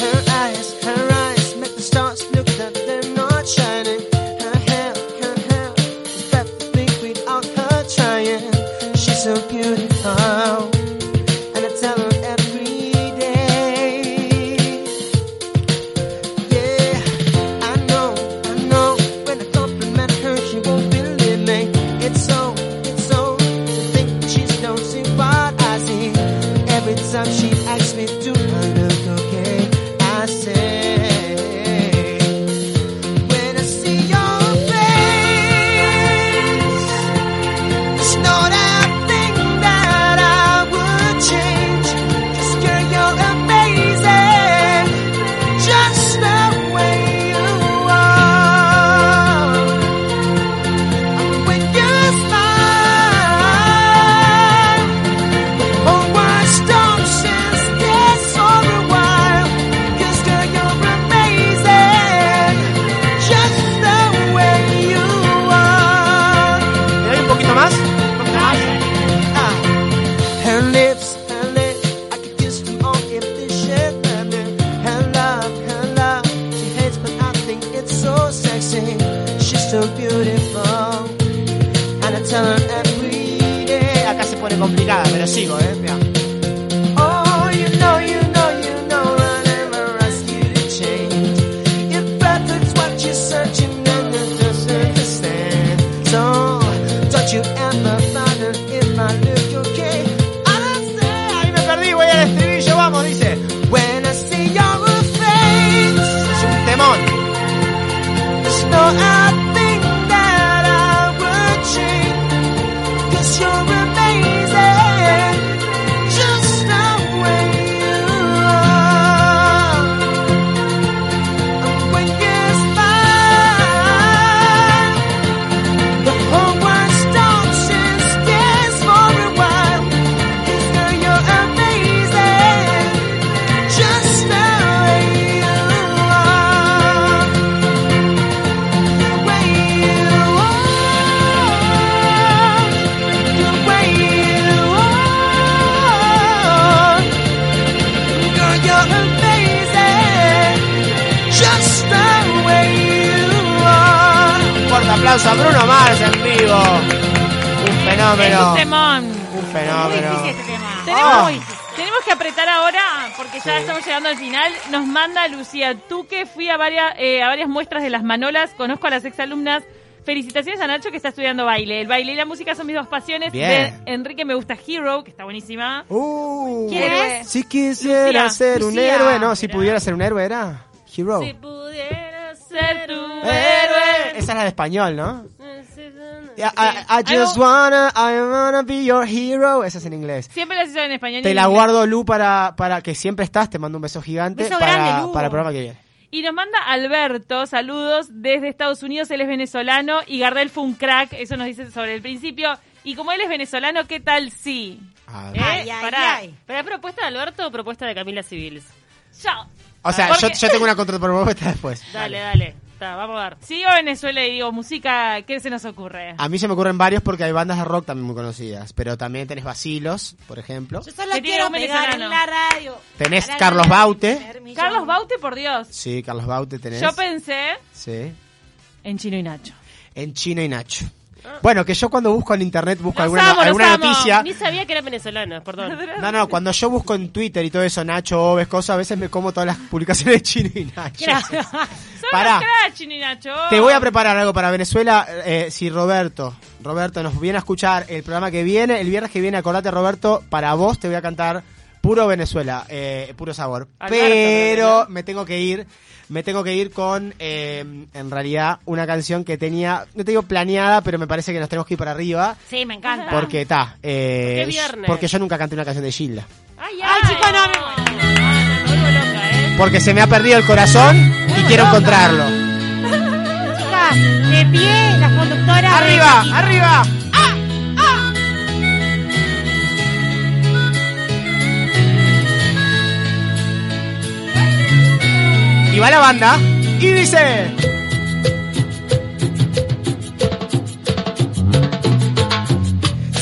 [SPEAKER 7] her eyes, her eyes make the stars look like they're not shining. Her hair, her hair is perfectly without her trying. She's so beautiful, and I tell her every day. Yeah, I know, I know. When I compliment her, she won't believe me. It's so, it's so. To think that she don't see what I see. Every time she asks me, do I look okay? I say, when I see your face, it's not a thing that I would change. 'Cause girl, you're amazing just the way you are. And when you smile, oh, why don't just dance for a while? 'Cause girl, you're amazing, just the way you are.
[SPEAKER 3] ¿Le doy un poquito más?
[SPEAKER 7] Ah. Her lips, her lips, I could kiss them all if they should land it. Her love, her love, she hates but I think it's so sexy. She's so beautiful, and I tell her every day.
[SPEAKER 3] Acá se pone complicada, pero sigo, ¿eh? Mirá.
[SPEAKER 7] Oh, you know, you know, you know, I never ask you to change. Your perfect's what
[SPEAKER 3] Mars, a Bruno Mars en vivo. Un
[SPEAKER 5] Es
[SPEAKER 3] fenómeno.
[SPEAKER 5] un Este
[SPEAKER 3] Un
[SPEAKER 5] temón.
[SPEAKER 4] Muy
[SPEAKER 3] fenómeno.
[SPEAKER 4] difícil este tema.
[SPEAKER 5] Tenemos,
[SPEAKER 3] Ah.
[SPEAKER 5] Uy, tenemos que apretar ahora, porque ya estamos llegando al final. Nos manda Lucía Tuque, fui a varias, eh, a varias muestras de las Manolas, conozco a las exalumnas. Felicitaciones a Nacho que está estudiando baile. El baile y la música son mis dos pasiones.
[SPEAKER 3] Bien.
[SPEAKER 5] De Enrique me gusta Hero, que está buenísima.
[SPEAKER 3] Uh,
[SPEAKER 5] ¿Quién es?
[SPEAKER 3] Si quisiera
[SPEAKER 5] Lucía,
[SPEAKER 3] ser un
[SPEAKER 5] Lucía.
[SPEAKER 3] héroe, no, si pudiera ser un héroe era Hero.
[SPEAKER 5] Si pudiera ser tu
[SPEAKER 3] Héroe.
[SPEAKER 5] héroe.
[SPEAKER 3] Esa es la de español, ¿no? I, I- I
[SPEAKER 5] Sí.
[SPEAKER 3] just
[SPEAKER 5] Algo-
[SPEAKER 3] wanna, I wanna be your hero. Esa es en inglés.
[SPEAKER 5] Siempre las hizo en español. y
[SPEAKER 3] Te
[SPEAKER 5] en
[SPEAKER 3] la
[SPEAKER 5] inglés.
[SPEAKER 3] guardo, Lu, para, para que siempre estás. Te mando un beso gigante
[SPEAKER 4] Beso
[SPEAKER 3] para,
[SPEAKER 4] grande, Lu.
[SPEAKER 3] para el programa que viene.
[SPEAKER 5] Y nos manda Alberto, saludos desde Estados Unidos, él es venezolano y Gardel fue un crack, eso nos dice sobre el principio. Y como él es venezolano, ¿qué tal sí?
[SPEAKER 3] Ah,
[SPEAKER 5] ¿Eh?
[SPEAKER 4] Ay, ay,
[SPEAKER 5] Pará.
[SPEAKER 4] ay.
[SPEAKER 1] ¿Para propuesta de Alberto o propuesta de Camila Civiles?
[SPEAKER 5] Yo.
[SPEAKER 3] O sea,
[SPEAKER 5] Porque-
[SPEAKER 3] yo, yo tengo una contrapropuesta después.
[SPEAKER 1] Dale, dale. Está, vamos a dar.
[SPEAKER 5] Si digo Venezuela y digo música, ¿qué se nos ocurre?
[SPEAKER 3] A mí se me ocurren varios porque hay bandas de rock también muy conocidas. Pero también tenés Vacilos, por ejemplo.
[SPEAKER 4] Yo solo
[SPEAKER 5] Que tiene
[SPEAKER 4] quiero
[SPEAKER 5] un
[SPEAKER 4] pegar en
[SPEAKER 5] venezolano.
[SPEAKER 4] la radio.
[SPEAKER 3] Tenés
[SPEAKER 4] Para
[SPEAKER 3] Carlos
[SPEAKER 4] ganar
[SPEAKER 3] Baute.
[SPEAKER 4] el primer millón.
[SPEAKER 5] Carlos Baute, por Dios.
[SPEAKER 3] Sí, Carlos Baute tenés.
[SPEAKER 5] Yo pensé
[SPEAKER 3] sí.
[SPEAKER 5] en Chino y Nacho.
[SPEAKER 3] En Chino y Nacho. Bueno, que yo cuando busco en internet busco
[SPEAKER 5] Los
[SPEAKER 3] alguna,
[SPEAKER 5] amo, los
[SPEAKER 3] alguna
[SPEAKER 5] amo.
[SPEAKER 3] noticia.
[SPEAKER 1] Ni sabía que eran venezolanos, perdón.
[SPEAKER 3] No, no, cuando yo busco en Twitter y todo eso, Nacho, Oves, cosas, a veces me como todas las publicaciones de Chino y Nacho.
[SPEAKER 5] Son
[SPEAKER 3] Pará.
[SPEAKER 5] los cracks, Chino y Nacho.
[SPEAKER 3] Te voy a preparar algo para Venezuela. eh, si Roberto, Roberto nos viene a escuchar el programa que viene, el viernes que viene, acordate Roberto, para vos te voy a cantar puro Venezuela, eh, puro sabor.
[SPEAKER 1] Alberto,
[SPEAKER 3] Pero
[SPEAKER 1] Venezuela.
[SPEAKER 3] me tengo que ir, me tengo que ir con, eh, en realidad, una canción que tenía, no te digo planeada, pero me parece que nos tenemos que ir para arriba.
[SPEAKER 4] Sí, me encanta.
[SPEAKER 3] Porque está, eh,
[SPEAKER 1] Porque Ah. viernes.
[SPEAKER 3] porque yo nunca canté una canción de Gilda.
[SPEAKER 1] Ay,
[SPEAKER 4] Ay, chico, no, me muero.
[SPEAKER 1] Ah, no, me vuelvo loca, ¿eh?
[SPEAKER 3] Porque se me ha perdido el corazón y quiero encontrarlo.
[SPEAKER 4] Chicas, de pie, las conductoras.
[SPEAKER 3] ¡Arriba! ¡Arriba! Y va la banda y dice...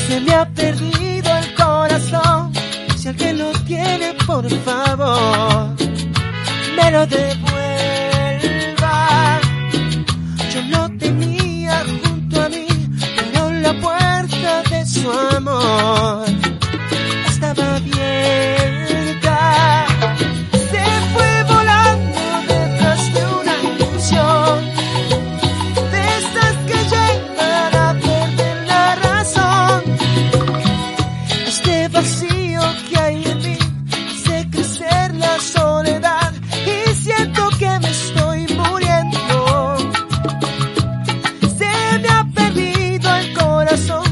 [SPEAKER 7] Se me ha perdido el corazón. Si alguien lo tiene, por favor, me lo devuelva. Yo lo tenía junto a mí, pero en la puerta de su amor estaba abierta. Se fue volando detrás de una ilusión. De esas que llegan a perder la razón. Este vacío que hay en mí hace crecer la soledad y siento que me estoy muriendo. Se me ha perdido el corazón,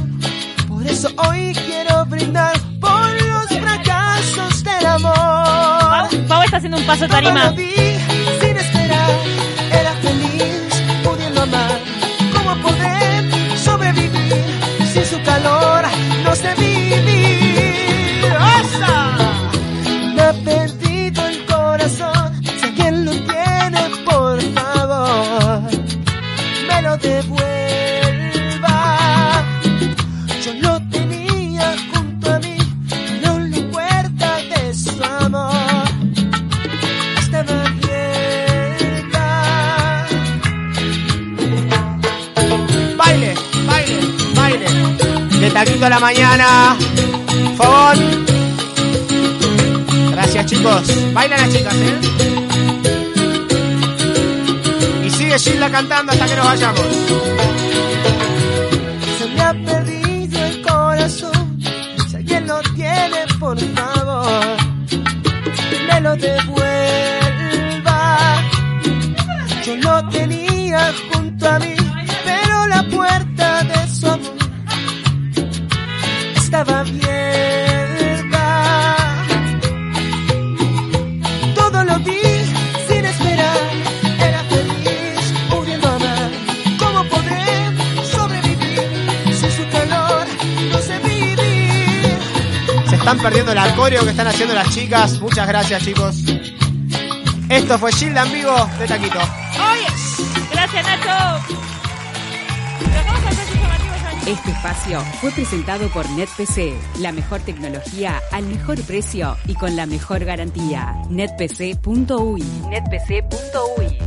[SPEAKER 7] por eso hoy quiero brindar por los fracasos del amor.
[SPEAKER 5] Pau, Pau está haciendo un paso
[SPEAKER 7] Como lo
[SPEAKER 5] tarima.
[SPEAKER 7] vi sin esperar, era feliz pudiendo amar. ¿Cómo poder sobrevivir sin su calor? No sé vivir. ¡Osa! Me ha perdido el corazón. Si alguien lo tiene, por favor, me lo devuelva. Yo lo tenía junto a mí, no en la puerta de su amor estaba abierta.
[SPEAKER 3] Baile, baile, baile. De taquito a la mañana. Favor. Gracias chicos. Bailan las chicas, ¿eh? Y sigue Gilda cantando hasta que nos vayamos.
[SPEAKER 7] Se me ha perdido el corazón. Si alguien lo tiene, por favor, me lo devuelva. Yo lo tenía junto a mí, pero la puerta de su amor estaba abierta. Todo lo vi sin esperar. Era feliz pudiendo amar. ¿Cómo podré sobrevivir sin su calor? No sé vivir.
[SPEAKER 3] Se están perdiendo el acorio que están haciendo las chicas. Muchas gracias, chicos. Esto fue Gilda en vivo de Taquito.
[SPEAKER 5] Gracias, Nacho. Pero acá vamos a hacer informativos, Angie.
[SPEAKER 2] Este espacio fue presentado por NetPC, la mejor tecnología al mejor precio y con la mejor garantía. NetPC.uy. NetPC.uy.